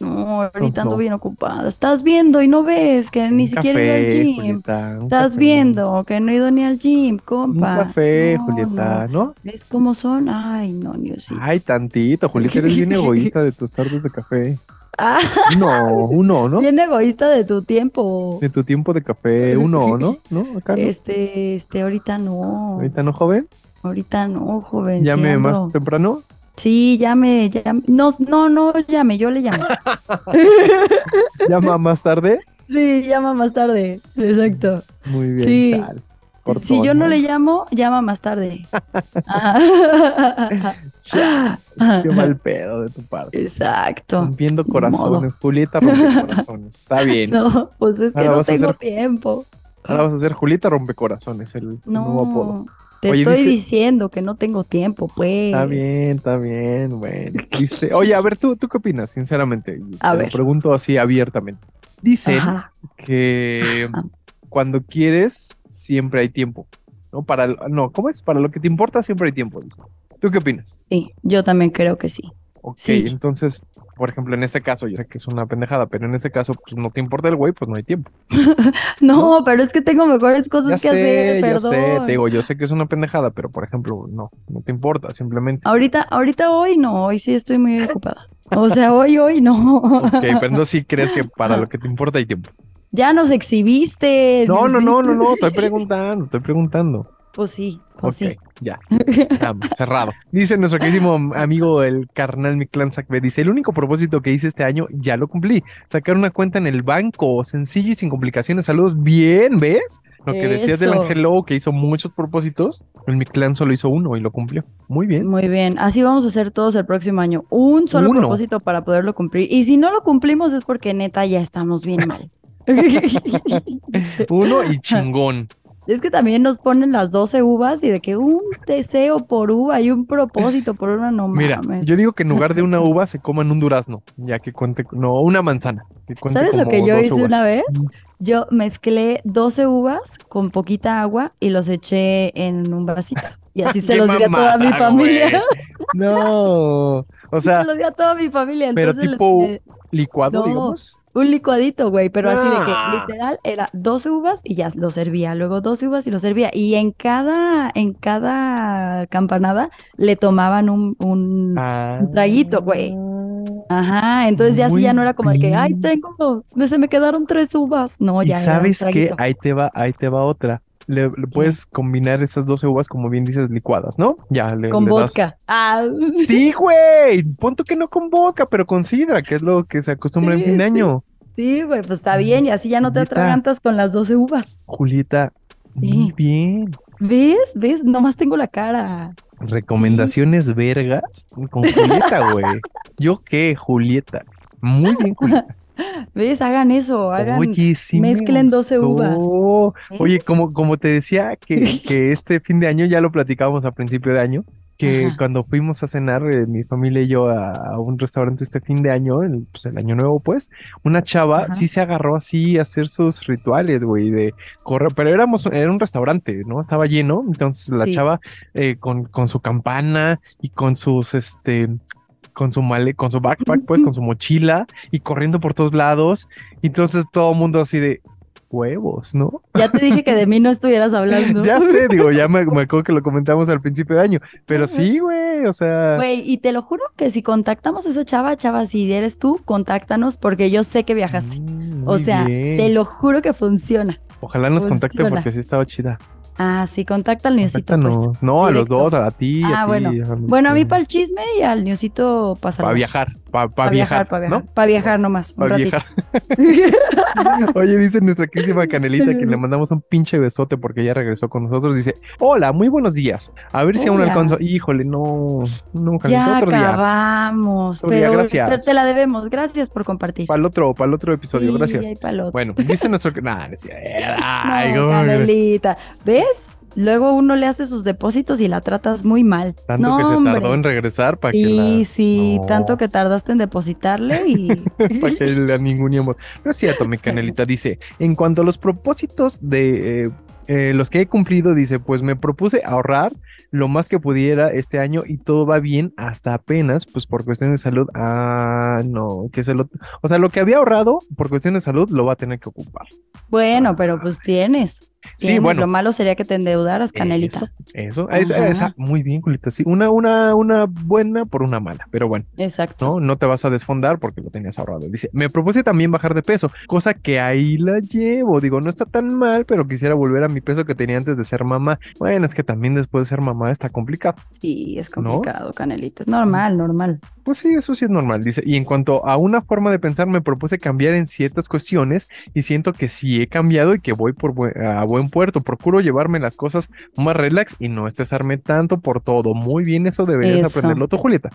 Speaker 2: No,
Speaker 1: Entonces,
Speaker 2: ahorita ando
Speaker 1: no.
Speaker 2: bien ocupada. Estás viendo y no ves que ni
Speaker 1: Un
Speaker 2: siquiera he
Speaker 1: café,
Speaker 2: ido al gym.
Speaker 1: Julieta, un
Speaker 2: Estás
Speaker 1: café.
Speaker 2: viendo que no he ido ni al gym,
Speaker 1: Un
Speaker 2: compa.
Speaker 1: café,
Speaker 2: No,
Speaker 1: Julieta,
Speaker 2: no.
Speaker 1: ¿no?
Speaker 2: ¿Ves cómo son? Ay, no, Diosito.
Speaker 1: Ay, tantito, Julieta, eres bien egoísta de tus tardes de café.
Speaker 2: Ah,
Speaker 1: Uno, uno, ¿no?
Speaker 2: bien egoísta de tu tiempo.
Speaker 1: De tu tiempo de café, uno, ¿no? ¿No? Acá, ¿no?
Speaker 2: Este, este, ahorita no.
Speaker 1: Ahorita no, joven.
Speaker 2: Ahorita no, joven. sí
Speaker 1: Llame
Speaker 2: ando.
Speaker 1: más temprano.
Speaker 2: Sí, llame, llame. No, no, no, llame, yo le llamo.
Speaker 1: Llama más tarde.
Speaker 2: Sí, llama más tarde. Exacto.
Speaker 1: Muy bien.
Speaker 2: Sí.
Speaker 1: chale. Cortón,
Speaker 2: si yo no le llamo, llama más tarde. Ajá.
Speaker 1: Chale, Qué mal pedo de tu parte.
Speaker 2: Exacto.
Speaker 1: Rompiendo
Speaker 2: Ni
Speaker 1: corazones. Julieta rompe corazones. Está bien.
Speaker 2: No, pues es que
Speaker 1: Ahora
Speaker 2: no
Speaker 1: vas a
Speaker 2: tengo
Speaker 1: hacer-
Speaker 2: tiempo.
Speaker 1: Ahora vas a ser Julieta rompe corazones, el nuevo apodo.
Speaker 2: No, te
Speaker 1: Oye,
Speaker 2: estoy
Speaker 1: dice-
Speaker 2: diciendo que no tengo tiempo, pues.
Speaker 1: Está bien, está bien, bueno. Dice, oye, a ver, ¿tú, ¿tú qué opinas, sinceramente? Y
Speaker 2: A
Speaker 1: te lo
Speaker 2: ver.
Speaker 1: pregunto así abiertamente. Dicen
Speaker 2: Ajá. Ah,
Speaker 1: que
Speaker 2: Ajá.
Speaker 1: cuando quieres, siempre hay tiempo. ¿No? Para, no, ¿cómo es? Para lo que te importa, siempre hay tiempo. dice. ¿Tú qué opinas?
Speaker 2: Sí, yo también creo que sí.
Speaker 1: Ok,
Speaker 2: Sí.
Speaker 1: entonces, por ejemplo, en este caso, yo sé que es una pendejada, pero en este caso, pues no te importa el güey, pues no hay tiempo.
Speaker 2: No, pero Pues, es que tengo mejores cosas
Speaker 1: Ya
Speaker 2: que
Speaker 1: sé,
Speaker 2: hacer,
Speaker 1: ya
Speaker 2: perdón.
Speaker 1: sé, te digo, yo sé que es una pendejada, pero por ejemplo, no, no te importa, simplemente.
Speaker 2: Ahorita, ahorita hoy no, hoy sí estoy muy ocupada. O sea, hoy, hoy no.
Speaker 1: Ok, pero entonces sí crees que para lo que te importa hay tiempo.
Speaker 2: Ya nos exhibiste.
Speaker 1: No, no, no, no,
Speaker 2: Luisito.
Speaker 1: no, estoy preguntando, estoy preguntando.
Speaker 2: Pues sí,
Speaker 1: Ok,
Speaker 2: pues sí.
Speaker 1: ya. Nada más, cerrado. Dice nuestro queridísimo amigo el carnal mi clan Zac B, Dice, el único propósito que hice este año ya lo cumplí. Sacar una cuenta en el banco, sencillo y sin complicaciones. Saludos, bien, ¿ves? Lo que decías del
Speaker 2: Eso.
Speaker 1: Angelo, que hizo muchos propósitos, el mi clan solo hizo uno y lo cumplió. Muy bien.
Speaker 2: Muy bien, así vamos a hacer todos el próximo año. Un solo
Speaker 1: Uno.
Speaker 2: propósito para poderlo cumplir. Y si no lo cumplimos es porque neta ya estamos bien mal.
Speaker 1: Uno y chingón.
Speaker 2: es que también nos ponen las 12 uvas y de que un deseo por uva y un propósito por una no
Speaker 1: Mira,
Speaker 2: mames.
Speaker 1: yo digo que en lugar de una uva se coman un durazno, ya que cuente, no, una manzana. que cuente
Speaker 2: ¿Sabes lo
Speaker 1: como
Speaker 2: que yo
Speaker 1: dos
Speaker 2: hice
Speaker 1: uvas.
Speaker 2: una vez?
Speaker 1: Mm.
Speaker 2: Yo mezclé 12 uvas con poquita agua y los eché en un vasito. Y así se
Speaker 1: ¡Qué
Speaker 2: los di a toda mi
Speaker 1: mamada,
Speaker 2: familia.
Speaker 1: güey! No. O sea,
Speaker 2: se los di a toda mi familia.
Speaker 1: pero
Speaker 2: Entonces les-
Speaker 1: tipo-
Speaker 2: eh,
Speaker 1: licuado,
Speaker 2: No.
Speaker 1: digamos.
Speaker 2: un licuadito, güey, pero así de que
Speaker 1: Ah.
Speaker 2: literal era 12 uvas y ya lo servía. Luego 12 uvas y lo servía. Y en cada, en cada campanada le tomaban un, un
Speaker 1: Ah.
Speaker 2: Un traguito, güey. Ajá, entonces ya sí,
Speaker 1: Muy
Speaker 2: ya no era como de que, ay,
Speaker 1: bien.
Speaker 2: tengo dos, se me quedaron tres uvas. No,
Speaker 1: Y
Speaker 2: ya era un
Speaker 1: sabes Ah, que
Speaker 2: traguito.
Speaker 1: ahí te va, ahí te va otra. Le, le puedes combinar esas 12 uvas, como bien dices, licuadas, ¿no? Ya le,
Speaker 2: Con
Speaker 1: le das-
Speaker 2: vodka. Ah,
Speaker 1: Sí, güey. Punto que no con vodka, pero considera que es lo que se acostumbra en
Speaker 2: Sí,
Speaker 1: fin de
Speaker 2: sí.
Speaker 1: año.
Speaker 2: Sí, güey, pues está bien, y así ya no te
Speaker 1: Neta.
Speaker 2: atragantas con las 12 uvas.
Speaker 1: Julieta, muy
Speaker 2: Sí.
Speaker 1: bien.
Speaker 2: ¿Ves? ¿Ves? Nomás tengo la cara.
Speaker 1: Recomendaciones vergas con Julieta, güey. ¿Yo qué, Julieta? Muy bien, Julieta.
Speaker 2: ¿Ves? Hagan eso, hagan.
Speaker 1: Oye, sí me
Speaker 2: mezclen 12 uvas.
Speaker 1: gustó. Oye,
Speaker 2: ¿Ves?
Speaker 1: como, como te decía que, que este fin de año, ya lo platicábamos a principio de año, que
Speaker 2: Ajá.
Speaker 1: cuando fuimos a cenar, eh, mi familia y yo a, a un restaurante este fin de año, el, pues el año nuevo, pues, una chava
Speaker 2: Ajá.
Speaker 1: sí se agarró así a hacer sus rituales, güey, de correr, pero éramos, era un restaurante, ¿no? Estaba lleno, entonces la
Speaker 2: Sí.
Speaker 1: chava eh, con, con su campana y con sus, este... Con su male, con su backpack, pues, con su mochila y corriendo por todos lados. Y Entonces todo el mundo así de huevos, ¿no?
Speaker 2: Ya te dije que de mí no estuvieras hablando.
Speaker 1: Ya sé, digo, ya me, me acuerdo que lo comentamos al principio de año, pero sí, güey, o sea,
Speaker 2: Güey, y te lo juro que si contactamos a esa chava, chava, si eres tú, contáctanos porque yo sé que viajaste.
Speaker 1: mm,
Speaker 2: O
Speaker 1: muy
Speaker 2: sea,
Speaker 1: bien.
Speaker 2: te lo juro que funciona.
Speaker 1: ojalá nos contacte
Speaker 2: funciona.
Speaker 1: porque sí estaba chida.
Speaker 2: Ah, sí, contacta al Niosito. pues.
Speaker 1: Contáctanos. No, a los
Speaker 2: Directo.
Speaker 1: dos, a ti, a
Speaker 2: Ah,
Speaker 1: ti, a-
Speaker 2: Bueno, a mí para el chisme y al Niosito pasará.
Speaker 1: para viajar, para viajar,
Speaker 2: para viajar.
Speaker 1: ¿no?
Speaker 2: Para viajar nomás, un
Speaker 1: Para
Speaker 2: ratito.
Speaker 1: viajar. Oye, dice nuestra querísima Canelita que le mandamos un pinche besote porque ella regresó con nosotros. Dice, hola, muy buenos días. A ver si aún
Speaker 2: Hola.
Speaker 1: alcanzo. Híjole, no, no, Canelita,
Speaker 2: ya
Speaker 1: otro día.
Speaker 2: acabamos.
Speaker 1: Otro día,
Speaker 2: pero
Speaker 1: gracias.
Speaker 2: pero te la debemos. Gracias por compartir.
Speaker 1: Para el otro, para el otro episodio,
Speaker 2: Sí,
Speaker 1: gracias.
Speaker 2: ahí pa'l otro.
Speaker 1: Bueno, pues dice nuestro... Nah, no es cierto. Ay,
Speaker 2: No,
Speaker 1: cómo me-
Speaker 2: Canelita. ¿Ves? Luego uno le hace sus depósitos y la tratas muy mal.
Speaker 1: Tanto
Speaker 2: no,
Speaker 1: que se
Speaker 2: hombre.
Speaker 1: tardó en regresar para que,
Speaker 2: Sí,
Speaker 1: la,
Speaker 2: sí,
Speaker 1: No. Pues,
Speaker 2: tanto que tardaste en depositarle y...
Speaker 1: pa' que la ninguneemos. No es cierto, mi canelita. Dice, en cuanto a los propósitos de eh, eh, los que he cumplido, dice, pues me propuse ahorrar lo más que pudiera este año y todo va bien hasta apenas, pues por cuestiones de salud. Ah, no, que se lo... O sea, lo que había ahorrado por cuestiones de salud lo va a tener que ocupar.
Speaker 2: Bueno, pero pues tienes.
Speaker 1: ah. Sí,
Speaker 2: tienes. Lo
Speaker 1: bueno.
Speaker 2: malo sería que te endeudaras, Canelita.
Speaker 1: Eh, Eso, eso, es-
Speaker 2: Ajá.
Speaker 1: esa- muy bien, Julita. Sí, una, una, una buena por una mala, pero bueno.
Speaker 2: Exacto.
Speaker 1: ¿no? No te vas a desfondar porque lo tenías ahorrado. Dice, me propuse también bajar de peso, cosa que ahí la llevo. Digo, no está tan mal, pero quisiera volver a mi peso que tenía antes de ser mamá. Bueno, es que también después de ser mamá está complicado.
Speaker 2: Sí, es complicado, Canelita. Es normal, normal.
Speaker 1: Pues sí, eso sí es normal. Dice, y en cuanto a una forma de pensar, me propuse cambiar en ciertas cuestiones y siento que sí he cambiado y que voy por buen- a buen puerto. Procuro llevarme las cosas más relax y no estresarme tanto por todo. Muy bien, eso deberías
Speaker 2: Eso.
Speaker 1: aprenderlo tú, Julieta.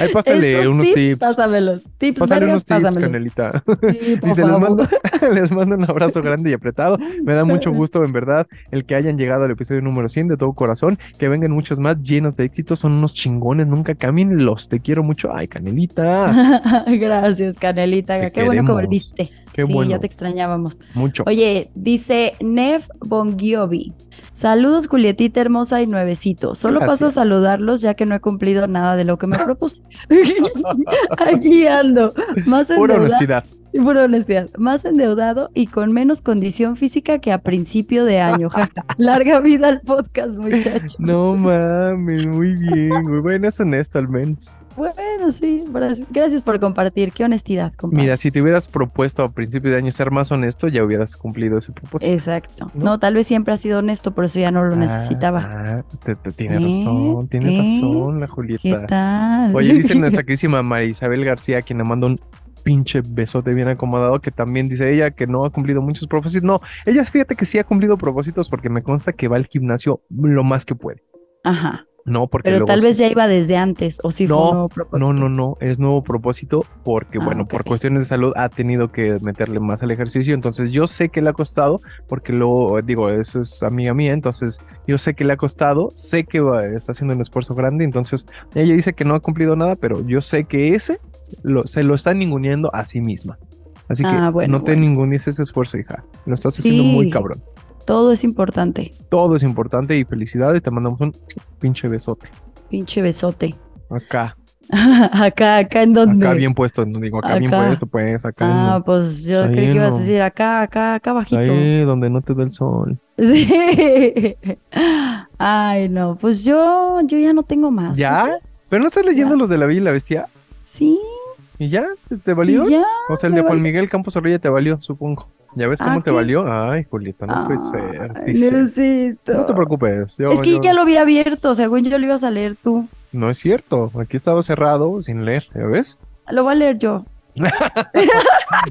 Speaker 1: Ahí pásale
Speaker 2: Esos
Speaker 1: unos tips.
Speaker 2: Pásamelos. Tips
Speaker 1: Pásale
Speaker 2: vergas,
Speaker 1: unos tips,
Speaker 2: pásamelos.
Speaker 1: Canelita.
Speaker 2: Sí, por
Speaker 1: Dice, les
Speaker 2: favor.
Speaker 1: mando, les mando un abrazo grande y apretado. Me da mucho gusto, en verdad, el que hayan llegado al episodio número 100 de todo corazón. Que vengan muchos más llenos de éxito. Son unos chingones, nunca cambien los. Te quiero mucho. Ay, Canelita.
Speaker 2: Gracias, Canelita.
Speaker 1: Te
Speaker 2: Qué bueno que
Speaker 1: queremos.
Speaker 2: volviste.
Speaker 1: Qué
Speaker 2: sí,
Speaker 1: bueno.
Speaker 2: ya te extrañábamos.
Speaker 1: Mucho.
Speaker 2: Oye, dice Nev Bongiovi. Saludos, Julietita hermosa y nuevecito. Solo paso a
Speaker 1: Gracias.
Speaker 2: saludarlos ya que no he cumplido nada de lo que me propuse. Aquí ando. Más
Speaker 1: Pura
Speaker 2: endeudado,
Speaker 1: honestidad.
Speaker 2: pura honestidad. Más endeudado y con menos condición física que a principio de año. Ja, ja. Larga vida al podcast, muchachos.
Speaker 1: No mames, muy bien, güey. Bueno, es honesto al menos.
Speaker 2: Bueno, sí. gracias- Gracias por compartir. Qué honestidad, compadre.
Speaker 1: Mira, si te hubieras propuesto a principio de año ser más honesto, ya hubieras cumplido ese propósito.
Speaker 2: Exacto.
Speaker 1: ¿no?
Speaker 2: ¿no? tal vez siempre ha sido honesto, por eso ya no lo necesitaba.
Speaker 1: Ah, ah, te, te- tiene
Speaker 2: Eh,
Speaker 1: razón, tiene
Speaker 2: eh,
Speaker 1: razón la
Speaker 2: ¿Qué
Speaker 1: Julieta. ah.
Speaker 2: tal?
Speaker 1: Oye, dice nuestra querísima María Isabel García, quien le manda un pinche besote bien acomodado, que también dice ella que no ha cumplido muchos propósitos. No, ella fíjate que sí ha cumplido propósitos porque me consta que va al gimnasio lo más que puede.
Speaker 2: Ajá.
Speaker 1: No, porque
Speaker 2: Pero
Speaker 1: luego
Speaker 2: tal
Speaker 1: sí-
Speaker 2: vez ya iba desde antes, o si
Speaker 1: No,
Speaker 2: fue un nuevo propósito.
Speaker 1: No, no, no, es nuevo propósito porque,
Speaker 2: Ah,
Speaker 1: bueno,
Speaker 2: ok,
Speaker 1: por
Speaker 2: ok.
Speaker 1: cuestiones de salud ha tenido que meterle más al ejercicio. Entonces, yo sé que le ha costado, porque luego, eh, digo, eso es amiga mía. Entonces, yo sé que le ha costado, sé que va- está haciendo un esfuerzo grande. Entonces, ella dice que no ha cumplido nada, pero yo sé que ese lo- se lo está ninguneando a sí misma. Así que
Speaker 2: Ah, bueno,
Speaker 1: no te
Speaker 2: bueno.
Speaker 1: ningunees ese esfuerzo, hija. Lo estás haciendo muy
Speaker 2: Sí.
Speaker 1: cabrón.
Speaker 2: Todo es importante.
Speaker 1: Todo es importante y felicidades. Te mandamos un pinche besote.
Speaker 2: Pinche besote.
Speaker 1: Acá,
Speaker 2: acá, acá en donde.
Speaker 1: acá bien puesto, no digo acá, bien
Speaker 2: Acá.
Speaker 1: puesto, pues acá. en-
Speaker 2: Ah, pues yo
Speaker 1: Ahí
Speaker 2: creí que ibas
Speaker 1: no.
Speaker 2: a decir acá, acá, acá bajito.
Speaker 1: Ahí donde no te da el sol.
Speaker 2: Sí. Ay, no, pues yo, yo ya no tengo más.
Speaker 1: ¿Ya? ¿Pero no estás leyendo los de la Bella y la Bestia?
Speaker 2: Sí,
Speaker 1: ¿Y ya? ¿Te, te
Speaker 2: y
Speaker 1: valió?
Speaker 2: ya.
Speaker 1: O sea, el
Speaker 2: me
Speaker 1: de Juan
Speaker 2: valió.
Speaker 1: Miguel Campos Orilla te valió, supongo. ¿Ya ves
Speaker 2: Ah,
Speaker 1: cómo te
Speaker 2: ¿qué? Ah,
Speaker 1: valió? Ay, Julieta, no puede
Speaker 2: Ay,
Speaker 1: ser. dice. No
Speaker 2: Necesito.
Speaker 1: te preocupes. yo-
Speaker 2: Es que
Speaker 1: yo-
Speaker 2: ya lo había abierto, según yo lo ibas a leer tú.
Speaker 1: No es cierto. Aquí estaba cerrado sin leer, ¿ya ves?
Speaker 2: Lo voy a leer yo.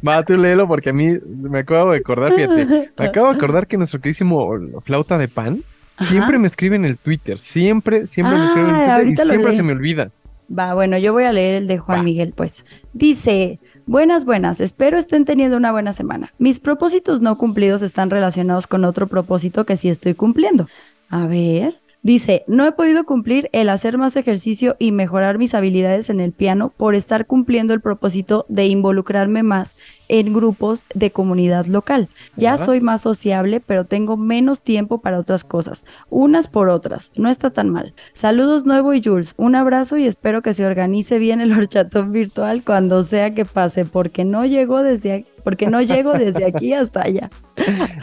Speaker 1: Va, tú léelo porque a mí me acabo de acordar, fíjate. Me acabo de acordar que nuestro queridísimo Flauta de Pan
Speaker 2: Ajá.
Speaker 1: siempre me escribe en el Twitter. Siempre, siempre me escribe en el
Speaker 2: Ah,
Speaker 1: Twitter y
Speaker 2: ahorita lo
Speaker 1: siempre se
Speaker 2: lees.
Speaker 1: me olvida.
Speaker 2: Va, bueno, yo voy a leer el de Juan
Speaker 1: Va.
Speaker 2: Miguel, pues. Dice, buenas, buenas, espero estén teniendo una buena semana. Mis propósitos no cumplidos están relacionados con otro propósito que sí estoy cumpliendo. A ver, dice, no he podido cumplir el hacer más ejercicio y mejorar mis habilidades en el piano por estar cumpliendo el propósito de involucrarme más en grupos de comunidad local. Ya
Speaker 1: Ajá.
Speaker 2: soy más sociable, pero tengo menos tiempo para otras cosas, unas por otras. No está tan mal. Saludos Nuevo y Jules, un abrazo y espero que se organice bien el horchatón virtual cuando sea que pase, porque no llegó desde aquí, porque no llego desde aquí hasta allá.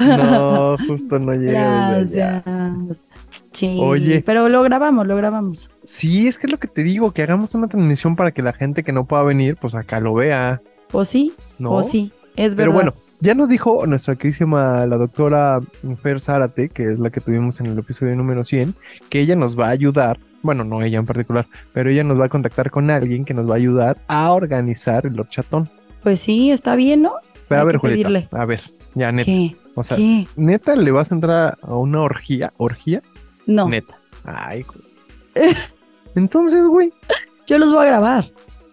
Speaker 1: No, justo no llega. desde allá.
Speaker 2: Gracias. Sí,
Speaker 1: Oye.
Speaker 2: pero lo grabamos, lo grabamos.
Speaker 1: Sí, es que es lo que te digo, que hagamos una transmisión para que la gente que no pueda venir, pues acá lo vea,
Speaker 2: O sí,
Speaker 1: ¿no?
Speaker 2: o Oh, sí, es verdad.
Speaker 1: Pero bueno, ya nos dijo nuestra querísima, la doctora Fer Zárate, que es la que tuvimos en el episodio número 100, que ella nos va a ayudar, bueno, no ella en particular, pero ella nos va a contactar con alguien que nos va a ayudar a organizar el horchatón.
Speaker 2: pues sí, está bien, ¿no?
Speaker 1: Pero a
Speaker 2: Hay
Speaker 1: ver,
Speaker 2: que
Speaker 1: Julieta,
Speaker 2: pedirle.
Speaker 1: a ver, ya neta,
Speaker 2: ¿Qué?
Speaker 1: o sea,
Speaker 2: ¿Qué?
Speaker 1: neta le vas a entrar a una orgía, orgía,
Speaker 2: No,
Speaker 1: neta. Ay, güey. Entonces, güey,
Speaker 2: yo los voy a grabar.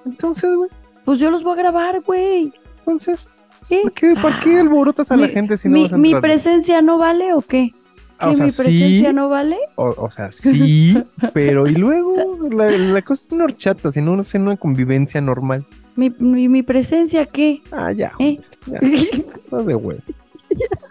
Speaker 1: entonces, güey,
Speaker 2: Pues yo los voy a grabar, güey.
Speaker 1: entonces,
Speaker 2: ¿Qué?
Speaker 1: ¿por qué, por qué alborotas a la
Speaker 2: Mi-
Speaker 1: gente si no
Speaker 2: mi,
Speaker 1: vas a
Speaker 2: mi
Speaker 1: entrar?
Speaker 2: presencia no vale o qué?
Speaker 1: Ah,
Speaker 2: ¿Que mi
Speaker 1: sí,
Speaker 2: presencia no vale?
Speaker 1: O, o sea, sí, pero y luego la, la cosa es una horchata, si no no es una convivencia normal.
Speaker 2: ¿Mi, mi, mi presencia qué?
Speaker 1: Ah, ya,
Speaker 2: ¿Eh?
Speaker 1: ya, no de huevo.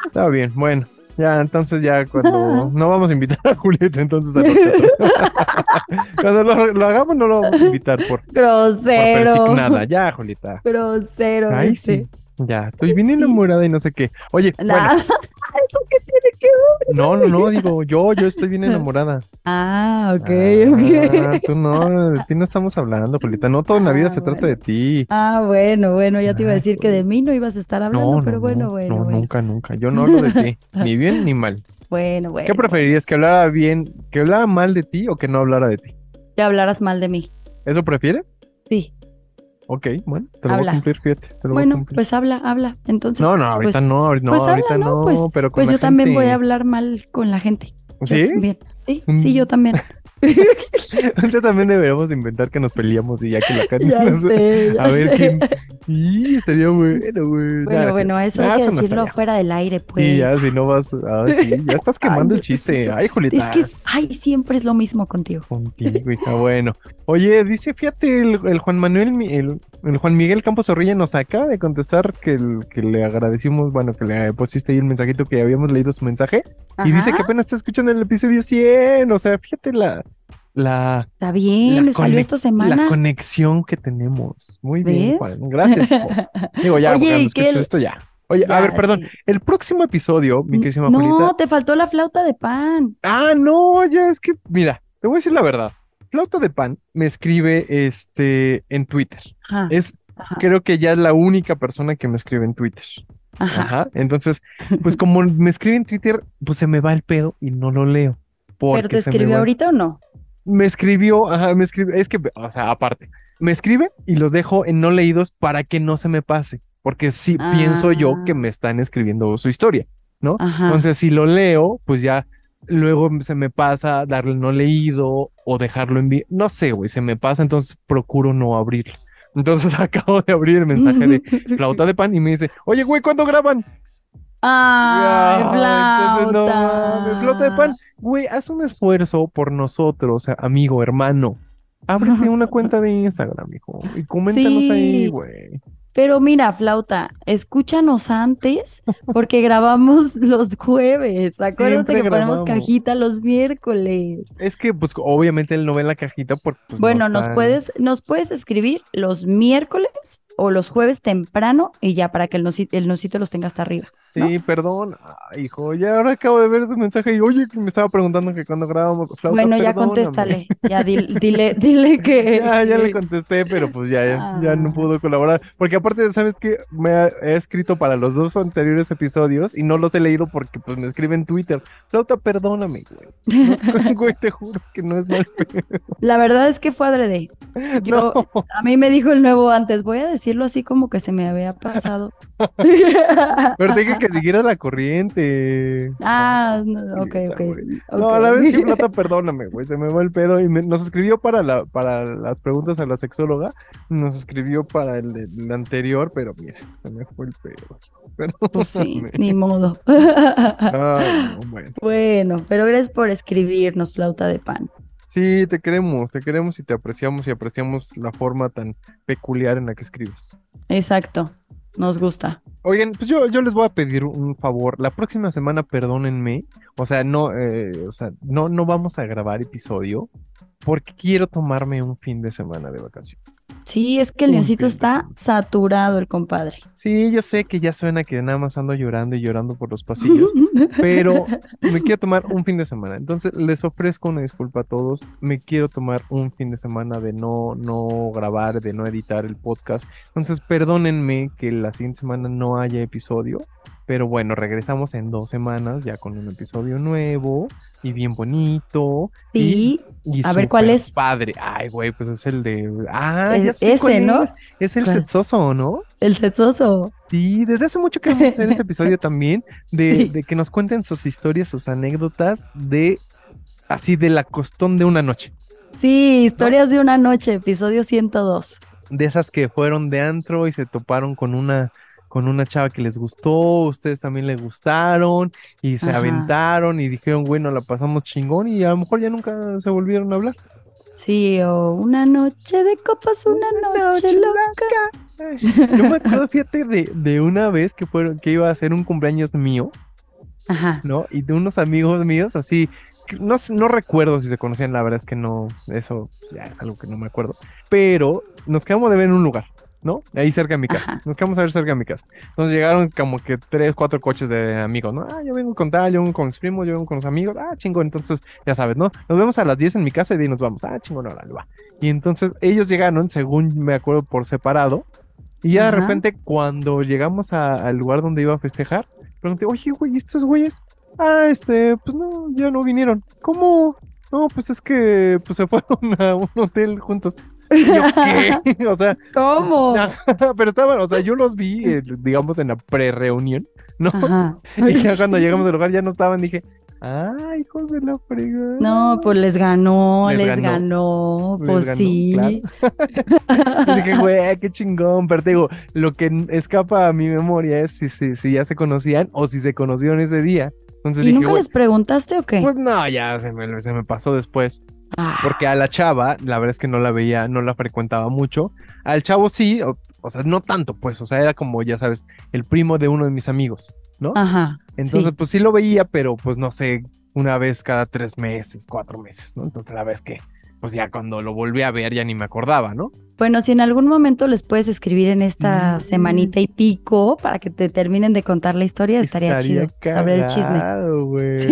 Speaker 1: Está bien, bueno. Ya, entonces ya cuando... No vamos a invitar a Julieta entonces a Cuando lo, lo hagamos no lo vamos a invitar por, por
Speaker 2: grosero.
Speaker 1: persignada. Ya, Julieta.
Speaker 2: Grosero.
Speaker 1: Ay,
Speaker 2: este.
Speaker 1: sí. Ya, estoy bien
Speaker 2: Sí.
Speaker 1: enamorada y no sé qué. Oye,
Speaker 2: La- ¿Eso qué tiene que ver?
Speaker 1: bueno, no, no, no, digo, yo, yo estoy bien enamorada.
Speaker 2: Ah, ok,
Speaker 1: Ah,
Speaker 2: ok.
Speaker 1: Tú no, de ti no estamos hablando, Polita. No toda la vida
Speaker 2: Ah,
Speaker 1: se trata
Speaker 2: bueno.
Speaker 1: de ti.
Speaker 2: Ah, bueno, bueno, ya te iba a
Speaker 1: Ay,
Speaker 2: decir que de mí no ibas a estar hablando,
Speaker 1: Ah, No,
Speaker 2: pero
Speaker 1: no,
Speaker 2: bueno,
Speaker 1: no,
Speaker 2: bueno,
Speaker 1: no,
Speaker 2: bueno.
Speaker 1: nunca, nunca. Yo no hablo de ti, ni bien ni mal.
Speaker 2: Bueno, bueno.
Speaker 1: ¿Qué preferirías? ¿Que hablara bien, que hablara mal de ti o que no hablara de ti?
Speaker 2: Que hablaras mal de mí.
Speaker 1: ¿Eso prefieres?
Speaker 2: Sí.
Speaker 1: Ok, bueno, te lo voy a
Speaker 2: Habla.
Speaker 1: cumplir, fíjate. te lo voy a
Speaker 2: Bueno,
Speaker 1: cumplir.
Speaker 2: pues habla, habla. Entonces,
Speaker 1: no, no, ahorita
Speaker 2: pues,
Speaker 1: no, ahorita no,
Speaker 2: pues habla,
Speaker 1: ahorita
Speaker 2: ¿no?
Speaker 1: no,
Speaker 2: Pues-
Speaker 1: pero con
Speaker 2: Pues
Speaker 1: la
Speaker 2: yo también voy a
Speaker 1: gente.
Speaker 2: hablar mal con la gente. Yo
Speaker 1: ¿Sí?
Speaker 2: también. Sí,
Speaker 1: Mm.
Speaker 2: sí, yo también.
Speaker 1: Entonces también deberíamos inventar que nos peleamos y ya que la gente
Speaker 2: Ya
Speaker 1: nos-
Speaker 2: sé, ya
Speaker 1: A ver
Speaker 2: sé.
Speaker 1: quién. Y estaría bueno, güey.
Speaker 2: Bueno,
Speaker 1: Ah,
Speaker 2: bueno, eso hay que decirlo
Speaker 1: decirlo
Speaker 2: fuera del aire, pues.
Speaker 1: Y ya, si no vas. ah, sí, ya estás quemando
Speaker 2: Ay,
Speaker 1: el chiste.
Speaker 2: Diosito.
Speaker 1: Ay, Julieta.
Speaker 2: Es que, es- ay, siempre es lo mismo contigo.
Speaker 1: Contigo, hija. Bueno. Oye, dice, fíjate, el, el Juan Manuel, Mi- el, el Juan Miguel Campos Zorrilla nos acaba de contestar que, el- que le agradecimos, bueno, que le pusiste ahí el mensajito que habíamos leído su mensaje. Y dice
Speaker 2: Ajá.
Speaker 1: que apenas está escuchando el episodio 100. O sea, fíjate la, la,
Speaker 2: Está bien,
Speaker 1: la
Speaker 2: salió
Speaker 1: conec-
Speaker 2: esta
Speaker 1: la
Speaker 2: semana.
Speaker 1: conexión que tenemos. Muy bien,
Speaker 2: ¿Ves?
Speaker 1: Juan. Gracias. po. Digo, ya,
Speaker 2: Oye,
Speaker 1: porque cuando
Speaker 2: ¿y qué
Speaker 1: escuches
Speaker 2: el-
Speaker 1: esto ya. Oye, a
Speaker 2: Ya,
Speaker 1: ver, perdón.
Speaker 2: sí.
Speaker 1: El próximo episodio, mi queridísima
Speaker 2: no,
Speaker 1: Julieta.
Speaker 2: te faltó la flauta de pan.
Speaker 1: Ah, no, ya es que, mira, te voy a decir la verdad. Flauta de Pan me escribe este en Twitter.
Speaker 2: Ajá,
Speaker 1: Es,
Speaker 2: ajá,
Speaker 1: creo que ya es la única persona que me escribe en Twitter.
Speaker 2: ajá.
Speaker 1: Ajá. Entonces, pues como me escribe en Twitter, pues se me va el pedo y no lo leo.
Speaker 2: ¿Pero te
Speaker 1: porque se me
Speaker 2: escribió
Speaker 1: va-
Speaker 2: ahorita o no?
Speaker 1: Me escribió, ajá, me escribió, es que, o sea, aparte, me escribe y los dejo en no leídos para que no se me pase, porque sí
Speaker 2: Ah.
Speaker 1: pienso yo que me están escribiendo su historia.
Speaker 2: Ajá.
Speaker 1: Entonces, si lo leo, pues ya luego se me pasa darle no leído o dejarlo en vi- No sé, güey, se me pasa, entonces procuro no abrirlos. Entonces acabo de abrir el mensaje de Flauta de Pan y me dice, oye, güey, ¿cuándo graban?
Speaker 2: Ay,
Speaker 1: Ah, entonces, no
Speaker 2: flauta.
Speaker 1: mames, Flauta de Pan, güey, haz un esfuerzo por nosotros, amigo, hermano. Ábrete una cuenta de Instagram, hijo, y coméntanos
Speaker 2: Sí.
Speaker 1: ahí, güey.
Speaker 2: Pero mira, flauta, escúchanos antes porque grabamos los jueves. Acuérdate
Speaker 1: Siempre
Speaker 2: que ponemos
Speaker 1: grabamos.
Speaker 2: cajita los miércoles.
Speaker 1: Es que, pues, obviamente él no ve la cajita porque... pues, no
Speaker 2: Bueno, nos
Speaker 1: está-
Speaker 2: puedes, nos puedes escribir los miércoles o los jueves temprano y ya para que el, noci- el nocito los tenga hasta arriba. ¿no?
Speaker 1: Sí, perdón. Ay, hijo, ya ahora acabo de ver su mensaje y oye, que me estaba preguntando que cuando grabamos. Flauta,
Speaker 2: bueno, ya
Speaker 1: perdóname.
Speaker 2: contéstale, ya dil- dile, dile que...
Speaker 1: Ya, ya le
Speaker 2: que-
Speaker 1: contesté, pero pues ya, ya, ya no
Speaker 2: Ah.
Speaker 1: pudo colaborar. Porque aparte, ¿sabes qué? Me ha, he escrito para los dos anteriores episodios y no los he leído porque pues me escribe en Twitter. Flauta, perdóname, güey. No es- güey, te juro que no es mal.
Speaker 2: La verdad es que fue adrede. Yo-
Speaker 1: No.
Speaker 2: A mí me dijo el nuevo antes, voy a decirlo así como que se me había pasado.
Speaker 1: Pero te dije que siguieras la corriente.
Speaker 2: ah, no, ok,
Speaker 1: Sí,
Speaker 2: ok.
Speaker 1: está bueno. No, a la
Speaker 2: ok.
Speaker 1: vez que plata, perdóname, güey, se me va el pedo y me- nos escribió para la para las preguntas a la sexóloga, nos escribió para el, el anterior, pero mira, se me fue el pedo.
Speaker 2: Pues sí,
Speaker 1: Perdóname.
Speaker 2: ni modo.
Speaker 1: Ay, no, bueno.
Speaker 2: bueno, pero gracias por escribirnos, flauta de pan.
Speaker 1: Sí, te queremos, te queremos y te apreciamos y apreciamos la forma tan peculiar en la que escribes.
Speaker 2: Exacto, nos gusta.
Speaker 1: Oigan, pues yo, yo les voy a pedir un favor. La próxima semana, perdónenme. O sea, no, eh, o sea, no, no vamos a grabar episodio porque quiero tomarme un fin de semana de vacaciones.
Speaker 2: Sí, es que el
Speaker 1: Un
Speaker 2: leoncito
Speaker 1: fin de
Speaker 2: está
Speaker 1: semana.
Speaker 2: saturado, el compadre.
Speaker 1: Sí, ya sé que ya suena que nada más ando llorando y llorando por los pasillos, pero me quiero tomar un fin de semana. Entonces, les ofrezco una disculpa a todos. Me quiero tomar un fin de semana de no, no grabar, de no editar el podcast. Entonces, perdónenme que la siguiente semana no haya episodio. Pero bueno, regresamos en dos semanas ya con un episodio nuevo y bien bonito.
Speaker 2: Sí,
Speaker 1: Y
Speaker 2: A ver, ¿cuál
Speaker 1: súper
Speaker 2: es?
Speaker 1: Padre. Ay, güey, pues es el de. Ah, ya
Speaker 2: Es-
Speaker 1: sé cuál
Speaker 2: ese, ¿no?
Speaker 1: Es, Es el
Speaker 2: ¿Cuál?
Speaker 1: sexoso, ¿no?
Speaker 2: el sexoso.
Speaker 1: Sí, desde hace mucho queremos hacer este episodio también de,
Speaker 2: Sí.
Speaker 1: de que nos cuenten sus historias, sus anécdotas de así de la costón de una noche.
Speaker 2: Sí, historias de una noche, episodio 102.
Speaker 1: De esas que fueron de antro y se toparon con una con una chava que les gustó, ustedes también le gustaron y se
Speaker 2: Ajá.
Speaker 1: aventaron y dijeron, bueno, la pasamos chingón y a lo mejor ya nunca se volvieron a hablar.
Speaker 2: Sí, o una noche de copas, una noche
Speaker 1: noche
Speaker 2: loca.
Speaker 1: Ay, Yo me acuerdo, fíjate, de, de una vez que fueron, que iba a ser un cumpleaños mío
Speaker 2: Ajá.
Speaker 1: ¿no? Y de unos amigos míos, así, que no, sé- no recuerdo si se conocían, la verdad es que no, eso ya es algo que no me acuerdo, pero nos quedamos de ver en un lugar, ¿no? Ahí cerca de mi casa,
Speaker 2: Ajá.
Speaker 1: nos quedamos a ver cerca de mi casa. Nos llegaron como que tres, cuatro coches de amigos, ¿no? Ah, yo vengo con tal, yo vengo con mis primos, yo vengo con los amigos, ah, chingo, entonces, ya sabes, ¿no? Nos vemos a las 10 en mi casa y de ahí nos vamos, ah, chingo, no, va. Y entonces ellos llegaron, según me acuerdo, por separado. Y ya de
Speaker 2: Ajá.
Speaker 1: repente, cuando llegamos a- al lugar donde iba a festejar, pregunté, oye, güey, ¿y estos güeyes? Ah, este, pues no, ya no vinieron. ¿Cómo? No, pues es que pues se fueron a un hotel juntos. Y yo, ¿qué? O sea,
Speaker 2: ¿Cómo?
Speaker 1: pero estaban, o sea, yo los vi, eh, digamos, en la pre-reunión, ¿no?
Speaker 2: Ajá.
Speaker 1: Y ya cuando llegamos al lugar ya no estaban, dije, ay, hijos de la fregada.
Speaker 2: No, pues les ganó,
Speaker 1: Les
Speaker 2: les,
Speaker 1: ganó.
Speaker 2: ganó,
Speaker 1: Les
Speaker 2: pues
Speaker 1: ganó,
Speaker 2: sí.
Speaker 1: Y dije, güey, ah, qué chingón. Pero te digo, lo que n- escapa a mi memoria es si, si, si ya se conocían o si se conocieron ese día. Entonces
Speaker 2: ¿Y
Speaker 1: dije,
Speaker 2: nunca
Speaker 1: güey,
Speaker 2: les preguntaste o qué?
Speaker 1: pues no, ya se me, se me pasó después.
Speaker 2: Ah,
Speaker 1: Porque a la chava, la verdad es que no la veía, no la frecuentaba mucho. Al chavo sí, o, o sea, no tanto, pues, o sea, era como, ya sabes, el primo de uno de mis amigos.
Speaker 2: Ajá.
Speaker 1: Entonces,
Speaker 2: Sí.
Speaker 1: pues sí lo veía, pero pues no sé, una vez cada tres meses, cuatro meses, ¿no? Entonces, la vez que, pues ya cuando lo volví a ver, ya ni me acordaba, ¿no?
Speaker 2: Bueno, si en algún momento les puedes escribir en esta
Speaker 1: Mm.
Speaker 2: semanita y pico para que te terminen de contar la historia, estaría, chido saber el chisme.
Speaker 1: cagado, güey.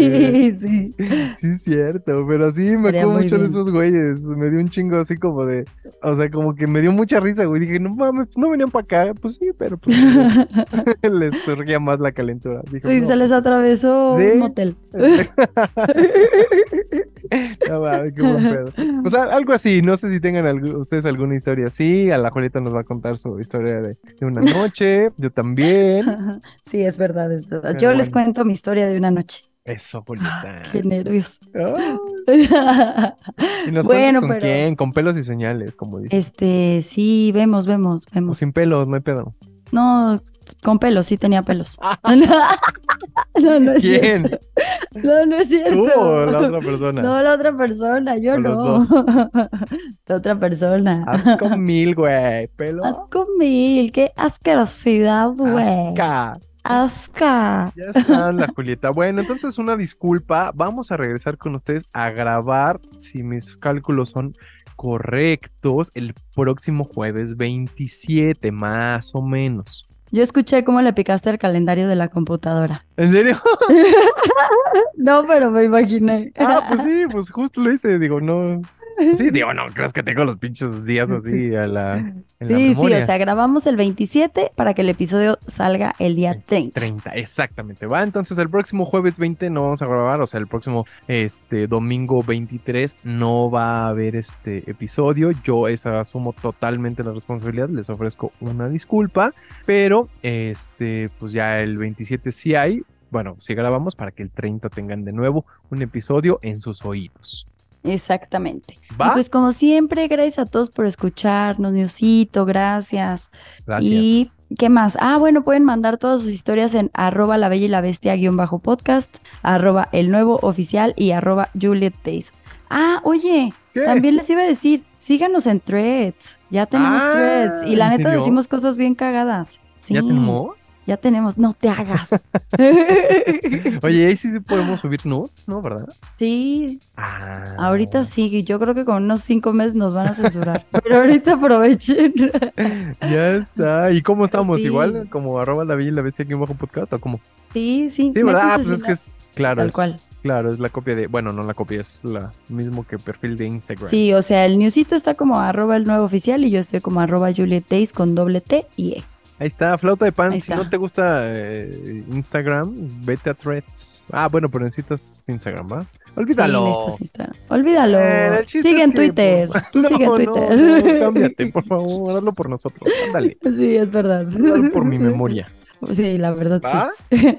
Speaker 2: Sí, sí.
Speaker 1: Sí, es cierto, pero sí, me
Speaker 2: Estaría
Speaker 1: acuerdo
Speaker 2: muy
Speaker 1: mucho de
Speaker 2: bien.
Speaker 1: esos güeyes. Me dio un chingo así como de. O sea, como que me dio mucha risa, güey. Dije, no mames, pues no venían para acá. Pues sí, pero pues, les surgía más la calentura. Dije,
Speaker 2: Sí,
Speaker 1: no,
Speaker 2: se les atravesó
Speaker 1: Sí.
Speaker 2: un motel.
Speaker 1: no mames, qué buen pedo. O sea, algo así. No sé si tengan algu- ustedes alguna historia así. A la Julieta nos va a contar su historia de, de una noche. Yo también.
Speaker 2: Sí, es verdad, es verdad.
Speaker 1: Pero
Speaker 2: Yo les
Speaker 1: bueno.
Speaker 2: cuento mi historia de una noche.
Speaker 1: Eso, Julieta.
Speaker 2: Ah, Qué nervios.
Speaker 1: Ah, y nos
Speaker 2: Bueno,
Speaker 1: cuentas con
Speaker 2: pero-
Speaker 1: quién, con pelos y señales, como dice.
Speaker 2: Este, sí, vemos, vemos,
Speaker 1: O
Speaker 2: vemos.
Speaker 1: sin pelos, no hay pedo.
Speaker 2: No, con pelos, sí tenía pelos. No, no es cierto.
Speaker 1: Ah. ¿Quién?
Speaker 2: No, no es
Speaker 1: ¿Tú
Speaker 2: cierto.
Speaker 1: o la otra persona?
Speaker 2: No, la otra persona, yo
Speaker 1: O los
Speaker 2: no.
Speaker 1: dos. Ah,
Speaker 2: La otra persona.
Speaker 1: Asco mil, güey. Pelo.
Speaker 2: Asco mil, qué asquerosidad, güey.
Speaker 1: Asca.
Speaker 2: Asca.
Speaker 1: Ya está la Julieta. Bueno, entonces una disculpa. Vamos a regresar con ustedes a grabar, si mis cálculos son correctos el próximo jueves 27, más o menos.
Speaker 2: Yo escuché cómo le picaste el calendario de la computadora.
Speaker 1: ¿En serio?
Speaker 2: No, pero me imaginé.
Speaker 1: Ah, pues sí, pues justo lo hice, digo, no. Sí, digo, no, crees que tengo los pinches días así a la. en la
Speaker 2: Sí, sí,
Speaker 1: memoria?
Speaker 2: o sea, grabamos el 27 para que el episodio salga el día 30.
Speaker 1: 30, exactamente. Va, entonces el próximo jueves 20 no vamos a grabar, o sea, el próximo este domingo 23 no va a haber este episodio. Yo esa asumo totalmente la responsabilidad, les ofrezco una disculpa, pero este pues ya el 27 sí hay. Bueno, sí grabamos para que el 30 tengan de nuevo un episodio en sus oídos.
Speaker 2: Exactamente. Y
Speaker 1: ¿Va?
Speaker 2: pues como siempre, gracias a todos por escucharnos, Niosito, gracias.
Speaker 1: Gracias.
Speaker 2: Y qué más. Ah, bueno, pueden mandar todas sus historias en arroba la bella y la bestia guión bajo podcast, arroba el nuevo oficial y arroba Juliet Days. Ah, oye,
Speaker 1: ¿Qué?
Speaker 2: también les iba a decir, síganos en threads. Ya tenemos
Speaker 1: Ah,
Speaker 2: threads. Y la
Speaker 1: ¿en
Speaker 2: neta
Speaker 1: serio?
Speaker 2: decimos cosas bien cagadas. Sí,
Speaker 1: ¿Ya tenemos?
Speaker 2: Ya tenemos, no te hagas.
Speaker 1: Oye, ahí sí podemos subir notes, ¿no? ¿Verdad?
Speaker 2: sí,
Speaker 1: Ah.
Speaker 2: ahorita sí, yo creo que con unos cinco meses nos van a censurar. pero ahorita aprovechen.
Speaker 1: Ya está. ¿Y cómo estamos?
Speaker 2: Sí.
Speaker 1: ¿Igual? ¿Como arroba la bella y la bestia aquí en bajo podcast o cómo?
Speaker 2: sí, sí.
Speaker 1: Sí, ¿verdad? Ah,
Speaker 2: métanse
Speaker 1: pues es
Speaker 2: sin-
Speaker 1: que es, claro,
Speaker 2: Tal
Speaker 1: es-
Speaker 2: cual.
Speaker 1: claro, es la copia de, bueno, no la copia, es la mismo que perfil de Instagram.
Speaker 2: Sí, o sea, el newsito está como arroba el nuevo oficial y yo estoy como arroba Juliet Days con doble T y E.
Speaker 1: Ahí está, flauta de pan.
Speaker 2: Ahí
Speaker 1: Si
Speaker 2: está.
Speaker 1: no te gusta eh, Instagram, vete a Threads. Ah, bueno, pero necesitas Instagram, ¿va?
Speaker 2: Sí, en
Speaker 1: Olvídalo.
Speaker 2: estos Instagram. Olvídalo.
Speaker 1: Eh, el chiste
Speaker 2: sigue
Speaker 1: es
Speaker 2: en
Speaker 1: que, pues,
Speaker 2: Twitter. Tú
Speaker 1: No,
Speaker 2: sigue en
Speaker 1: no,
Speaker 2: Twitter.
Speaker 1: no, cámbiate, por favor, hazlo por nosotros. Ándale,
Speaker 2: sí, es verdad.
Speaker 1: hazlo por mi memoria.
Speaker 2: Sí, la verdad
Speaker 1: ¿Va?
Speaker 2: sí.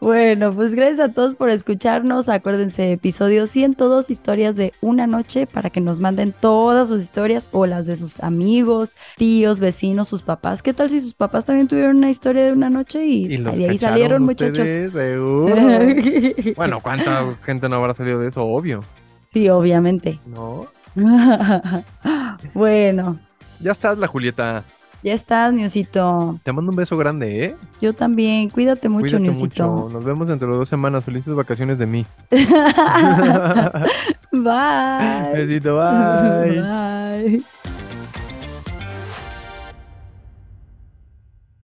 Speaker 2: bueno, pues gracias a todos por escucharnos. Acuérdense, episodio 102, historias de una noche, para que nos manden todas sus historias o las de sus amigos, tíos, vecinos, sus papás. ¿Qué tal si sus papás también tuvieron una historia de una noche y,
Speaker 1: Y los
Speaker 2: de ahí
Speaker 1: cacharon
Speaker 2: salieron, muchachos?
Speaker 1: ustedes, Uh. seguro. Bueno, ¿cuánta gente no habrá salido de eso? Obvio,
Speaker 2: sí, obviamente.
Speaker 1: ¿no?
Speaker 2: bueno,
Speaker 1: Ya estás, la Julieta.
Speaker 2: ya estás, Niosito.
Speaker 1: Te mando un beso grande, ¿eh?
Speaker 2: Yo también. Cuídate mucho,
Speaker 1: Cuídate
Speaker 2: Niosito.
Speaker 1: mucho. Nos vemos dentro de dos semanas. Felices vacaciones de mí.
Speaker 2: Bye.
Speaker 1: Besito, bye.
Speaker 2: Bye.